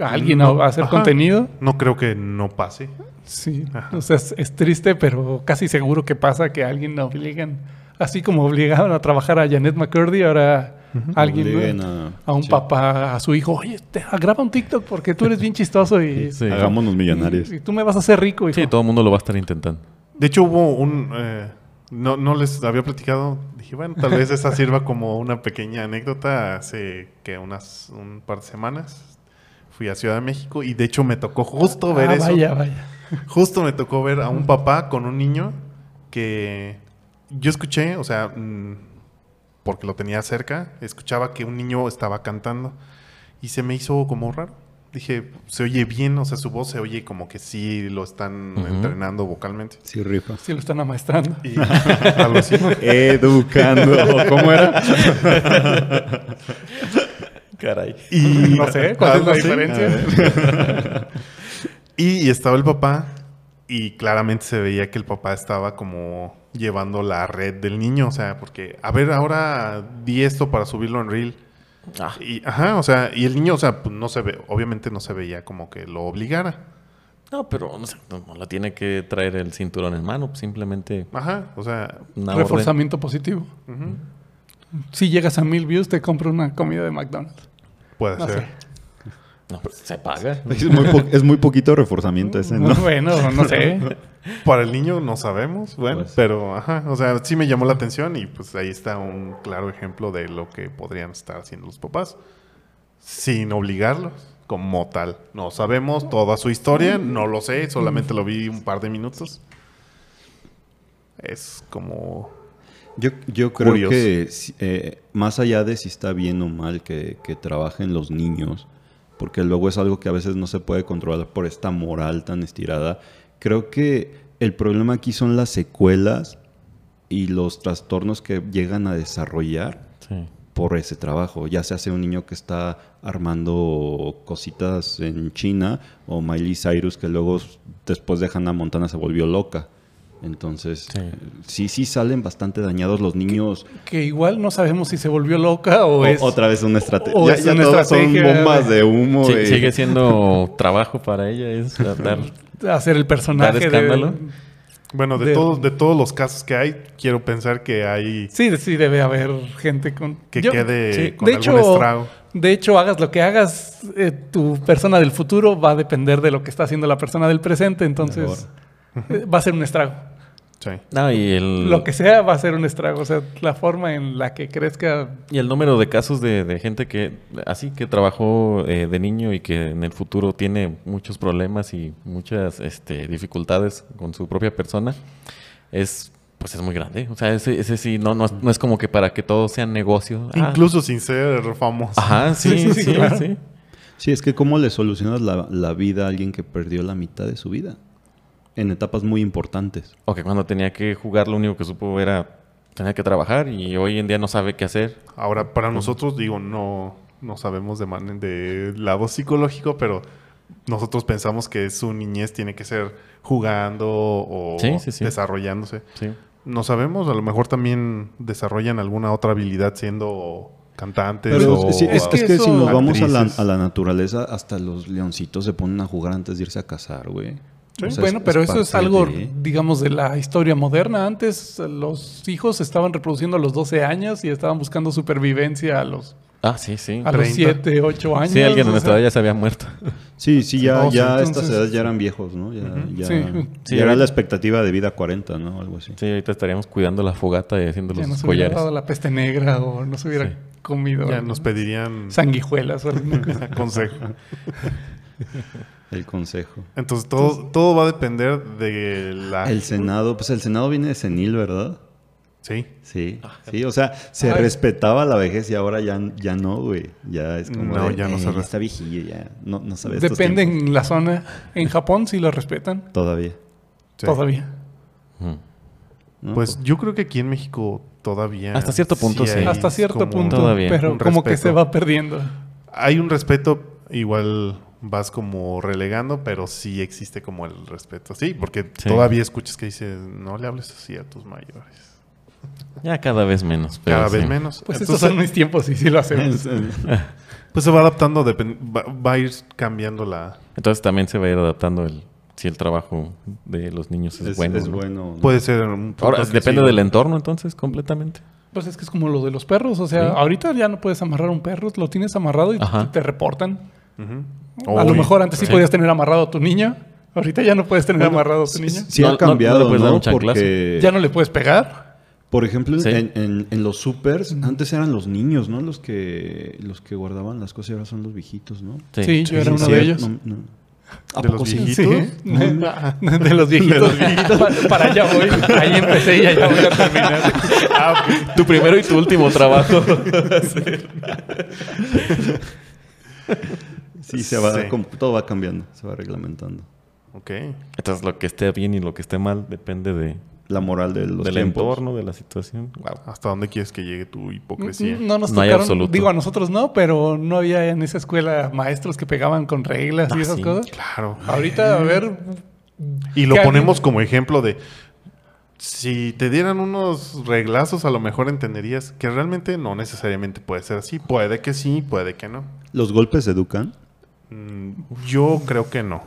S4: a alguien
S1: No,
S4: a hacer
S1: ajá.
S4: contenido.
S1: No creo que no pase.
S4: Sí,
S1: Ajá.
S4: o sea, es, es triste, pero casi seguro que pasa que a alguien la obligan. Así como obligaron a trabajar a Janet McCurdy, ahora alguien
S2: Obliguen
S4: ¿no?
S2: a-
S4: a un
S2: sí.
S4: papá, a su hijo, oye, te- graba un TikTok porque tú eres bien chistoso y,
S3: Sí.
S2: Hagámonos millonarios.
S4: y tú me vas a hacer rico. hijo".
S3: Sí, todo el mundo lo va a estar intentando.
S1: De hecho, hubo un. eh, no, no les había platicado. Dije, bueno, tal vez esa sirva como una pequeña anécdota. Hace que unas un par de semanas fui a Ciudad de México y de hecho me tocó justo ver
S4: Ah,
S1: eso.
S4: Vaya, vaya.
S1: Justo me tocó ver a un papá con un niño que yo escuché, o sea, mm, porque lo tenía cerca, escuchaba que un niño estaba cantando y se me hizo como raro. Dije, se oye bien, o sea, su voz se oye como que sí lo están
S3: Ujú.
S1: entrenando vocalmente.
S2: Sí, rifa.
S4: Sí lo están amaestrando.
S1: Y algo así.
S4: [laughs]
S2: Educando. ¿Cómo era?
S3: Caray.
S1: Y
S4: [laughs] No sé, ¿cuál es la
S1: algo así.
S4: diferencia? [laughs]
S1: Y, y estaba el papá y claramente se veía que el papá estaba como llevando la red del niño, o sea, porque a ver, ahora di esto para subirlo en Reel.
S3: Ah,
S1: Y, ajá, o sea, y el niño, o sea, pues, no se ve, obviamente no se veía como que lo obligara.
S3: no, pero no, sé, no- no la tiene que traer el cinturón en mano, simplemente
S1: Ajá, o sea,
S3: una orden.
S4: Reforzamiento positivo.
S1: ujú,
S4: Si llegas a mil views, te compro una comida de McDonald's.
S1: puede
S4: No
S1: ser.
S4: sé.
S3: No, pues, se paga.
S2: [laughs] Es muy, po- es muy poquito reforzamiento ese, ¿no?
S4: [laughs] Bueno, no sé.
S1: Para el niño no sabemos, bueno,
S2: Pues.
S1: pero ajá, o sea, sí me llamó la atención y pues ahí está un claro ejemplo de lo que podrían estar haciendo los papás sin obligarlos. como tal. No sabemos toda su historia, no lo sé, solamente lo vi un par de minutos. Es como...
S2: Yo, yo creo
S1: Curioso.
S2: que si- eh, más allá de si está bien o mal que, que trabajen los niños, porque luego es algo que a veces no se puede controlar por esta moral tan estirada, creo que el problema aquí son las secuelas y los trastornos que llegan a desarrollar
S3: Sí.
S2: por ese trabajo, ya sea sea un niño que está armando cositas en China o Miley Cyrus que luego s- después de Hannah Montana se volvió loca. Entonces,
S3: Sí.
S2: eh, sí, sí, salen bastante dañados los niños.
S4: Que igual no sabemos si se volvió loca o,
S2: O-
S4: es.
S2: otra vez una estrategia.
S4: o
S2: Ya,
S4: es
S2: ya
S4: una
S2: todos
S4: estrategia,
S2: son bombas
S4: güey.
S2: de humo.
S3: Sí,
S2: y-
S3: sigue siendo [laughs] trabajo para ella, es dar
S4: Hacer el personaje.
S3: Dar
S4: de-
S3: escándalo.
S1: Bueno, de,
S4: De-
S1: todos, de todos los casos que hay, quiero pensar que hay...
S4: Sí, sí, debe haber gente con.
S1: Que
S4: Yo-
S1: quede
S4: sí.
S1: con algún estrago.
S4: De hecho, hagas lo que hagas, eh, tu persona del futuro va a depender de lo que está haciendo la persona del presente, entonces eh, va a ser un estrago.
S1: Sí.
S3: No, y el,
S4: Lo que sea va a ser un estrago, o sea, la forma en la que crezca
S3: y el número de casos de, de gente que así que trabajó eh, de niño y que en el futuro tiene muchos problemas y muchas este, dificultades con su propia persona es pues es muy grande. O sea, ese, ese sí, no, no, es, no es como que para que todo sea negocio. Ah,
S1: Incluso sin ser famoso.
S3: Ajá, sí, sí,
S4: [laughs] Sí, sí,
S3: sí.
S4: claro.
S2: Sí, es que cómo le solucionas la, la vida a alguien que perdió la mitad de su vida en etapas muy importantes.
S3: O que cuando tenía que jugar lo único que supo era tenía que trabajar y hoy en día no sabe qué hacer.
S1: Ahora, para nosotros, digo, no, no sabemos de, man- de lado psicológico, pero nosotros pensamos que su niñez tiene que ser jugando o
S3: Sí, sí, sí.
S1: desarrollándose.
S3: Sí.
S1: No sabemos, a lo mejor también desarrollan alguna otra habilidad siendo cantantes
S2: Pero
S1: o...
S2: sí, es,
S4: que
S2: es que
S4: eso-
S2: si nos vamos a la,
S1: Actrices.
S2: a la naturaleza, hasta los leoncitos se ponen a jugar antes de irse a cazar, güey. O sea,
S4: bueno, pero eso es
S2: parte
S4: algo,
S2: de-
S4: digamos, de la historia moderna. Antes eh, los hijos estaban reproduciendo a los 12 años y estaban buscando supervivencia a los,
S3: Ah, sí, sí.
S4: a los
S1: 30.
S4: 7, 8 años.
S3: Sí, alguien
S4: o
S3: en nuestra
S4: sea,
S3: edad ya se había muerto.
S2: Sí, sí, ya,
S4: No, sí,
S2: ya a
S4: entonces-
S2: estas edades ya eran viejos, ¿no? Ya, ya,
S4: Sí.
S3: Sí,
S2: ya era
S3: ahorita-
S2: la expectativa de vida 40, ¿no? Algo así.
S3: Sí, ahorita estaríamos cuidando la fogata y haciendo
S4: Ya
S3: los
S4: nos hubiera
S3: collares.
S4: dado la peste negra o nos hubiera
S3: Sí.
S4: comido
S1: Ya nos pedirían
S4: sanguijuelas o alguna cosa.
S1: [laughs]
S2: [laughs]
S1: consejo.
S2: El consejo.
S1: Entonces, todo, todo va a depender de la...
S2: El Senado, pues el Senado viene de senil, ¿verdad?
S1: Sí.
S2: Sí, sí, o sea, se
S4: Ay.
S2: respetaba la vejez y ahora ya, ya no, güey. Ya es como.
S1: No,
S2: de,
S1: ya no
S2: "Eh,
S1: se respeta".
S2: Está viejillo, ya. No, no sabe estos
S4: Depende
S2: tiempos.
S4: en la zona. En Japón sí lo respetan
S2: Todavía.
S1: sí.
S4: todavía.
S3: Ujú.
S2: ¿no? [laughs]
S1: Pues yo creo que aquí en México todavía...
S3: Hasta cierto punto, sí.
S1: hay
S4: Hasta cierto
S1: como-
S4: punto,
S3: Todavía.
S4: pero
S1: Un
S4: como que
S1: respeto.
S4: se va perdiendo.
S1: Hay un respeto, igual vas como relegando, pero sí existe como el respeto. Sí, porque
S3: Sí.
S1: todavía escuchas que dices, no le hables así a tus mayores.
S3: Ya cada vez menos. pero
S1: Cada vez
S3: sí.
S1: menos.
S4: Pues estos
S1: Entonces,
S4: son mis tiempos y sí lo hacemos.
S1: pues se va adaptando, depen- va, va a ir cambiando la...
S3: Entonces también se va a ir adaptando el si el trabajo de los niños es,
S2: es,
S3: bueno.
S2: es
S3: ¿no?
S2: bueno. ¿no?
S1: Puede ser un punto
S3: Ahora
S1: que
S3: depende
S1: sí.
S3: del entorno entonces completamente.
S4: Pues es que es como lo de los perros, o sea,
S3: Sí.
S4: ahorita ya no puedes amarrar un perro, lo tienes amarrado y
S3: Ajá.
S4: te reportan.
S1: Ujú.
S4: A lo
S1: Uy,
S4: mejor antes sí,
S3: Sí.
S4: podías tener amarrado a tu niño, ahorita ya no puedes tener amarrado a tu
S2: Sí,
S4: este niño.
S2: sí
S3: No- no-
S2: ha cambiado,
S3: no
S2: ¿no?
S3: le puedes dar un chanclazo.
S2: Porque
S4: Ya no le puedes pegar.
S2: Por ejemplo,
S3: Sí.
S2: en, en- en los supers, antes eran los niños, ¿no? Los que los que guardaban las cosas y ahora son los viejitos, ¿no?
S4: Sí,
S3: Sí.
S4: yo era
S2: Sí,
S4: uno
S2: sí,
S4: de ellos.
S2: no, no. ¿A
S1: De los
S2: poco sí?
S1: viejitos.
S4: [laughs] De, los viejitos. Pa- [laughs] para allá voy. Ahí empecé y allá voy a terminar.
S1: [laughs] Ah,
S3: [laughs]
S1: ok.
S3: Tu primero y tu último trabajo.
S2: Sí, se va,
S1: Sí.
S2: com- todo va cambiando, se va reglamentando.
S1: Ok.
S3: [laughs] Entonces lo que esté bien y lo que esté mal depende de,
S2: La moral de los
S3: del
S2: tiempos.
S3: entorno, de la situación. Wow.
S1: ¿Hasta dónde quieres que llegue tu hipocresía?
S4: Mm, No nos
S3: No hay
S4: tocaron.
S3: absoluto.
S4: Digo, a nosotros no, pero no había en esa escuela maestros que pegaban con reglas
S3: Ah,
S4: y esas
S3: sí.
S4: cosas.
S1: Claro.
S4: Ahorita, a ver.
S1: Y lo
S4: que
S1: ponemos como ejemplo de si te dieran unos reglazos, a lo mejor entenderías que realmente no necesariamente puede ser así. Puede que sí, puede que no.
S2: ¿Los golpes educan?
S1: Mm, Yo creo que no.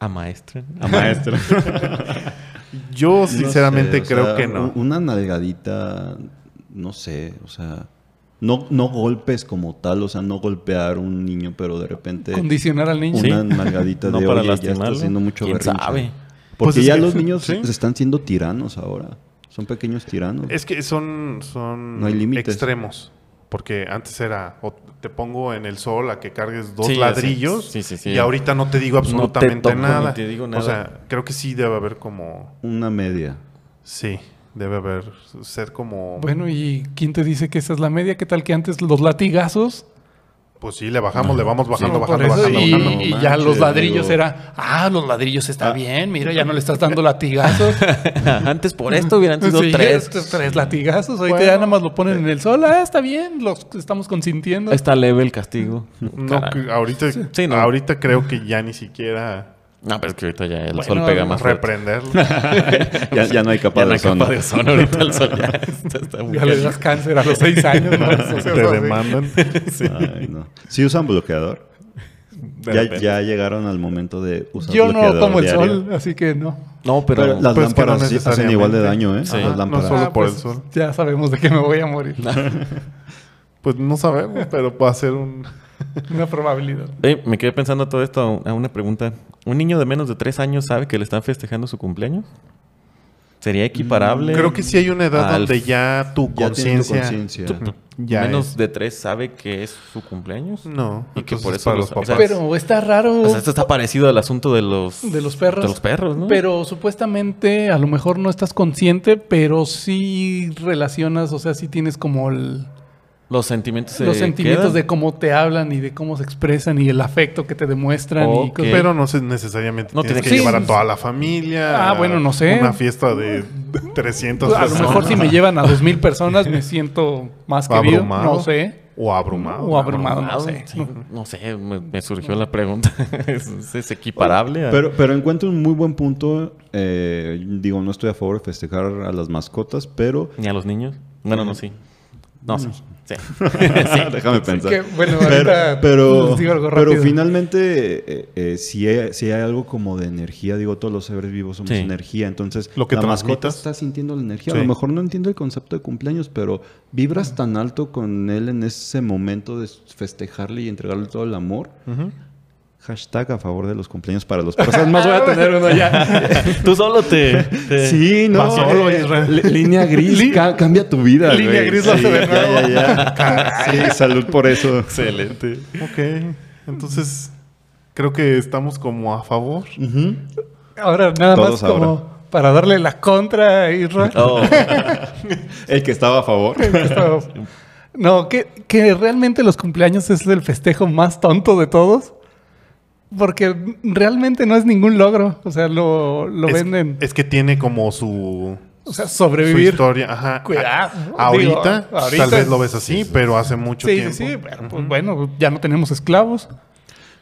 S3: A maestro. [laughs]
S2: A [laughs] maestro.
S1: Yo sinceramente creo que no.
S2: Una nalgadita, no sé, o sea... No, no golpes como tal, o sea, no golpear un niño, pero de repente...
S4: Condicionar al niño.
S3: Sí.
S2: Una nalgadita
S3: [laughs] No
S2: de
S3: para
S2: "Oye, ya está
S3: lastimarlo.
S2: haciendo mucho
S3: ¿Quién
S2: berrinche".
S3: sabe? [laughs]
S2: Porque
S1: Pues es
S2: ya
S1: que-
S2: los niños
S1: sí.
S2: se están siendo tiranos ahora. Son pequeños tiranos.
S1: Es que son, son
S2: No hay límites.
S1: extremos. Porque antes era, o te pongo en el sol a que cargues dos
S3: Sí, ya sé.
S1: ladrillos
S3: Sí, sí, sí.
S1: y ahorita no te digo
S3: te
S1: absolutamente
S3: toco ni
S1: nada.
S3: te digo
S1: O
S3: nada.
S1: sea, creo que sí debe haber como,
S2: Una media.
S1: sí, debe haber, ser como,
S4: Bueno, ¿y quién te dice que esa es la media? ¿Qué tal que antes los latigazos?
S1: pues sí, le bajamos, le vamos bajando,
S4: No, por
S1: bajando,
S4: eso,
S1: bajando,
S4: y,
S1: bajando.
S4: y
S2: no
S4: ya
S2: manches,
S4: los ladrillos
S2: digo.
S4: era, ah, los ladrillos está bien, mira, ya no le estás dando [laughs] latigazos.
S3: Antes por esto hubieran
S4: [laughs]
S3: sido
S4: Sí,
S3: tres.
S4: t- tres latigazos, ahorita
S1: Bueno.
S4: ya nada más lo ponen en el sol, ah, está bien, los estamos consintiendo.
S3: Está leve el castigo.
S1: No,
S3: Caray.
S1: que ahorita,
S3: Sí, no.
S1: ahorita creo que ya ni siquiera
S3: No, pero es que ahorita ya el
S4: Bueno,
S3: sol pega más
S2: [laughs]
S3: fuerte.
S1: reprenderlo. [laughs]
S2: Ya, ya no hay capa
S3: Ya
S2: de
S3: la
S2: ozono.
S3: capa de ozono ahorita el sol ya está, está muy
S4: ya le das cáncer a los seis
S1: [laughs]
S4: años. ¿no? Eso se
S1: te
S4: hace.
S1: demandan.
S2: Ay, no. ¿Sí usan bloqueador?
S1: De
S2: Ya,
S1: repente.
S2: ya llegaron al momento de usar
S4: Yo
S2: bloqueador
S4: no tomo el
S2: diario.
S4: sol, así que no.
S3: No, pero,
S2: Pero,
S1: Pues
S2: las
S1: que no
S2: lámparas sí hacen
S1: necesariamente.
S2: igual de daño, ¿eh?
S3: Sí.
S2: Las
S3: Ah,
S1: No
S2: lámparas.
S1: solo
S4: Ah,
S1: por
S4: pues,
S1: el sol.
S4: Ya sabemos de que me voy
S3: [laughs]
S4: a morir.
S1: Pues no sabemos, pero puede ser un...
S4: Una probabilidad.
S3: Eh, me quedé pensando todo esto a una pregunta. ¿Un niño de menos de tres años sabe que le están festejando su cumpleaños? ¿Sería equiparable?
S1: Creo que sí hay una edad
S3: Al-
S1: donde ya tu
S2: Ya tienen tu
S1: conciencia...
S2: conciencia.
S1: Ya
S3: menos
S1: es.
S3: de tres sabe que es su cumpleaños.
S1: No.
S3: Y que
S1: entonces
S3: por eso
S1: para
S3: los-
S1: los
S3: o
S1: papás.
S3: sea,
S4: Pero está raro.
S3: O sea, Pues, esto está parecido al asunto de los...
S4: De los perros.
S3: De los perros, ¿no?
S4: Pero supuestamente a lo mejor no estás consciente, pero sí relacionas, o sea, sí tienes como el-
S3: Los sentimientos se
S4: los sentimientos
S3: quedan.
S4: de cómo te hablan y de cómo se expresan y el afecto que te demuestran. y
S3: Ok.
S4: cosas-
S1: Pero no se- necesariamente
S3: No
S1: tienes
S3: tiene
S1: que
S4: que-
S1: llevar
S4: Sí.
S1: a toda la familia.
S4: Ah,
S1: a
S4: bueno, no sé. Pues,
S1: Una fiesta de 300
S4: a lo
S1: personas.
S4: mejor si me llevan a dos mil personas me siento más que vivo.
S1: Abrumado.
S4: No sé.
S1: O abrumado.
S4: O abrumado, no
S3: Abrumado,
S4: sé.
S3: Ah, sí, no sé, me, me surgió la pregunta. [laughs] ¿Es, es equiparable? a-
S2: Pero, pero encuentro un muy buen punto. eh, digo, no estoy a favor de festejar a las mascotas, pero.
S3: ¿Ni a los niños? Bueno, no, sí. No, sí. [laughs] Sí.
S4: [laughs]
S2: Déjame pensar.
S4: Que, bueno,
S2: Pero,
S4: ahorita
S2: pero,
S4: les digo algo
S2: pero
S4: rápido.
S2: finalmente, eh, eh, si, hay, si hay algo como de energía, digo, todos los seres vivos somos
S3: Sí.
S2: energía, entonces
S1: Lo que
S2: la mascota
S1: transmitas.
S2: está sintiendo la energía. A
S1: Sí.
S2: lo mejor no entiendo el concepto de cumpleaños, pero
S4: Mm.
S2: vibras tan alto con él en ese momento de festejarle y entregarle todo el amor.
S1: Ujú.
S2: Hashtag a favor de los cumpleaños para los personas.
S4: [laughs]
S2: Más voy a tener uno ya.
S3: Tú solo te... te-
S2: Sí, no.
S1: Vas solo,
S2: eh,
S1: Israel.
S2: li-
S4: [laughs]
S2: línea gris ca- cambia tu vida.
S4: Línea
S2: güey.
S4: gris la
S2: Sí,
S4: hace de
S2: ya, ya, ya. Sí, salud por eso.
S1: Excelente. Ok. Entonces, creo que estamos como a favor.
S2: Ujú.
S4: [laughs] Ahora nada
S2: Todos
S4: más como para darle la contra a Israel.
S1: [laughs]
S3: Oh.
S2: El que estaba a favor.
S4: Esto- No, que, que realmente los cumpleaños es el festejo más tonto de todos. Porque realmente no es ningún logro. O sea, lo, lo
S1: es,
S4: venden.
S1: es que tiene como su,
S4: o sea,
S1: su
S4: sobrevivir.
S1: historia. Ajá.
S4: Cuidado.
S1: A- ahorita,
S4: Digo, ahorita
S1: tal vez lo ves
S4: es-
S1: así, pero hace mucho
S4: Sí, sí,
S1: tiempo.
S4: sí. pero, pues, bueno, ya no tenemos esclavos.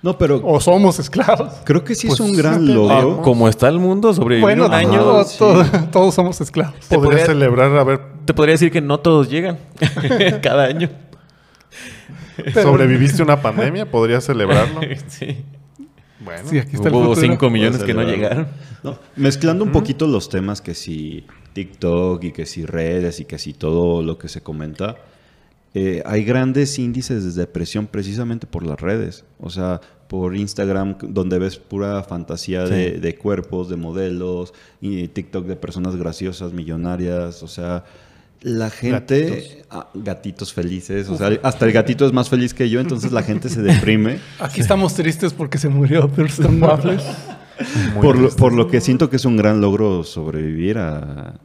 S2: No, pero
S4: O somos esclavos.
S2: creo que sí
S1: Pues,
S2: es un gran
S1: no te-
S2: logro.
S3: Ah, como está el mundo, sobrevivir
S4: Bueno,
S3: un año...
S4: todo-
S2: sí.
S4: todo- todos somos esclavos.
S1: Podría
S3: podría-
S1: celebrar
S4: [laughs]
S1: haber
S3: Te podría decir que no todos llegan [laughs] cada año.
S4: Pero-
S1: sobreviviste una pandemia, podría celebrarlo.
S3: Sí. Pues,
S1: Bueno,
S4: Sí, aquí está el
S3: Hubo
S4: futuro.
S3: 5 millones que no
S2: Puedes celebrar.
S3: llegaron.
S2: No, mezclando un poquito los temas que si TikTok y que si redes y que si todo lo que se comenta, eh, hay grandes índices de depresión precisamente por las redes. O sea, por Instagram, donde ves pura fantasía de,
S3: Sí.
S2: de cuerpos, de modelos, y TikTok de personas graciosas, millonarias, o sea... La gente,
S1: Gatitos.
S2: ah, gatitos felices, o sea, hasta el gatito es más feliz que yo, entonces la gente se [laughs] deprime.
S4: Aquí estamos tristes porque se murió Thurston Waffles.
S1: muy
S2: por, lo,
S1: triste.
S2: por lo que siento que es un gran logro sobrevivir a,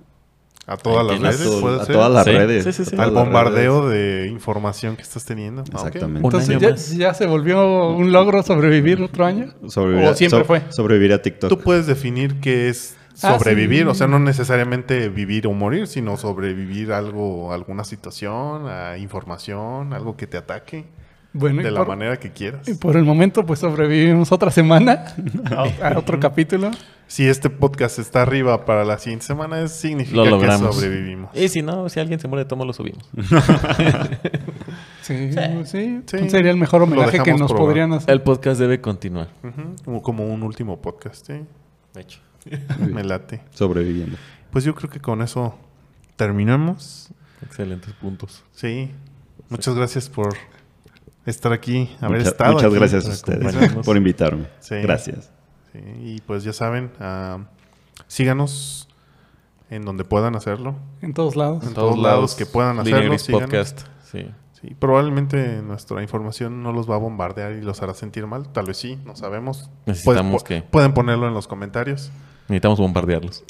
S1: a todas las
S3: A
S1: redes,
S2: todo-
S1: puede
S2: a
S1: ser.
S2: todas las
S3: Sí,
S2: redes.
S3: sí, sí, sí.
S2: a todas
S1: Al
S2: las
S1: bombardeo de información que estás teniendo. Ah, ok.
S2: redes. Exactamente.
S3: Un
S4: Entonces
S3: año
S4: ya,
S3: más.
S4: ya se volvió un logro sobrevivir otro año.
S2: Sobrevivir
S4: o siempre fue.
S2: Sobrevivir a TikTok.
S1: Tú puedes definir qué es
S4: Ah,
S1: sobrevivir,
S4: sí.
S1: o sea, no necesariamente vivir o morir, sino sobrevivir a algo, a alguna situación, a información, algo que te ataque
S4: Bueno, y
S1: de la
S4: por-
S1: manera que quieras.
S4: Y por el momento, pues sobrevivimos otra semana a, a otro capítulo.
S1: Si este podcast está arriba para la siguiente semana, es- significa
S3: Lo
S1: que
S3: logramos.
S1: sobrevivimos.
S3: Y si no, si alguien se muere, tomo lo subimos.
S4: Sí, sí. pues,
S1: Sí.
S4: Sería el mejor
S1: Lo
S4: homenaje que
S1: dejamos
S4: nos
S1: probar.
S4: podrían hacer.
S3: El podcast debe continuar.
S1: Ujú, Como un último podcast, ¿sí?
S3: De hecho.
S2: Muy
S1: Me
S2: bien.
S1: late.
S2: Sobreviviendo.
S1: Pues yo creo que con eso terminamos.
S3: Excelentes puntos.
S1: Sí. Muchas gracias por estar aquí, haber
S2: Mucha-
S1: estado.
S2: muchas
S1: aquí.
S2: gracias a
S3: por
S2: ustedes
S3: acompañarnos.
S2: por invitarme.
S1: Sí.
S2: Gracias.
S1: Sí, y pues ya saben, ah, síganos en donde puedan hacerlo.
S4: En todos lados.
S1: En todos lados que puedan
S3: Línea
S1: hacerlo,
S3: Gris
S1: síganos.
S3: Podcast. Sí.
S1: Sí, Sí, probablemente nuestra información no los va a bombardear y los hará sentir mal. Tal vez sí, no sabemos.
S3: Necesitamos
S1: Pueden-
S3: que-
S1: Pueden ponerlo en los comentarios.
S3: Necesitamos [laughs] bombardearlos.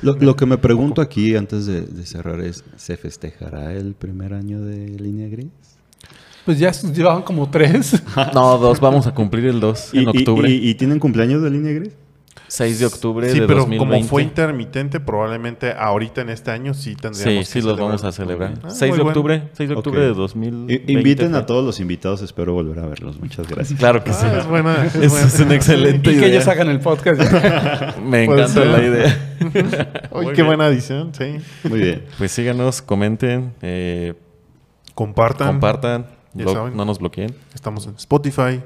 S2: Lo, lo que me pregunto aquí antes de, de cerrar es, ¿se festejará el primer año de línea gris?
S4: Pues ya s- llevaban como tres.
S3: No, dos, vamos a cumplir el 2 en
S2: ¿Y- y-
S3: octubre.
S2: Y, y tienen cumpleaños de línea gris?
S3: 6 de octubre
S1: sí,
S3: de
S1: pero
S3: 2020.
S1: como fue intermitente, probablemente ahorita en este año sí
S3: Sí,
S1: tendríamos
S3: sí,
S1: que
S3: los
S1: celebrar.
S3: vamos a celebrar.
S1: Ah,
S3: 6 de
S1: muy bueno.
S3: octubre, 6 de octubre
S2: Ok.
S3: de 2020.
S2: I- inviten
S3: fue.
S2: a todos los invitados, espero volver a verlos. Muchas gracias.
S3: Claro que
S1: Ah,
S3: sí. [laughs]
S1: es buena, es,
S3: Eso
S1: buena.
S3: es un
S4: [laughs] y
S3: excelente
S4: que
S3: idea.
S4: ellos hagan
S1: [laughs]
S4: el podcast.
S3: Me
S1: Puede
S3: encanta
S1: ser.
S3: la idea.
S1: Uy,
S3: Muy
S1: qué
S3: bien.
S1: buena adición, sí.
S2: Muy
S3: [laughs]
S2: bien.
S3: Pues síganos, comenten, eh,
S1: Compartan.
S3: compartan,
S1: Ya
S3: blo-
S1: saben.
S3: no nos bloqueen.
S1: Estamos en Spotify.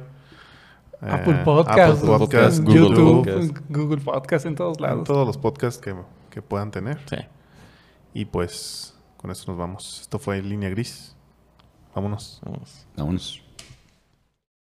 S4: Apple
S1: eh,
S4: Podcast,
S1: Apple Podcast,
S4: Google,
S1: YouTube,
S4: Podcast. Google Podcast en todos
S1: en
S4: lados.
S1: todos los podcasts que, que puedan tener.
S3: Sí.
S1: Y pues con eso nos vamos. Esto fue Línea Gris. Vámonos.
S3: Vamos.
S2: Vámonos.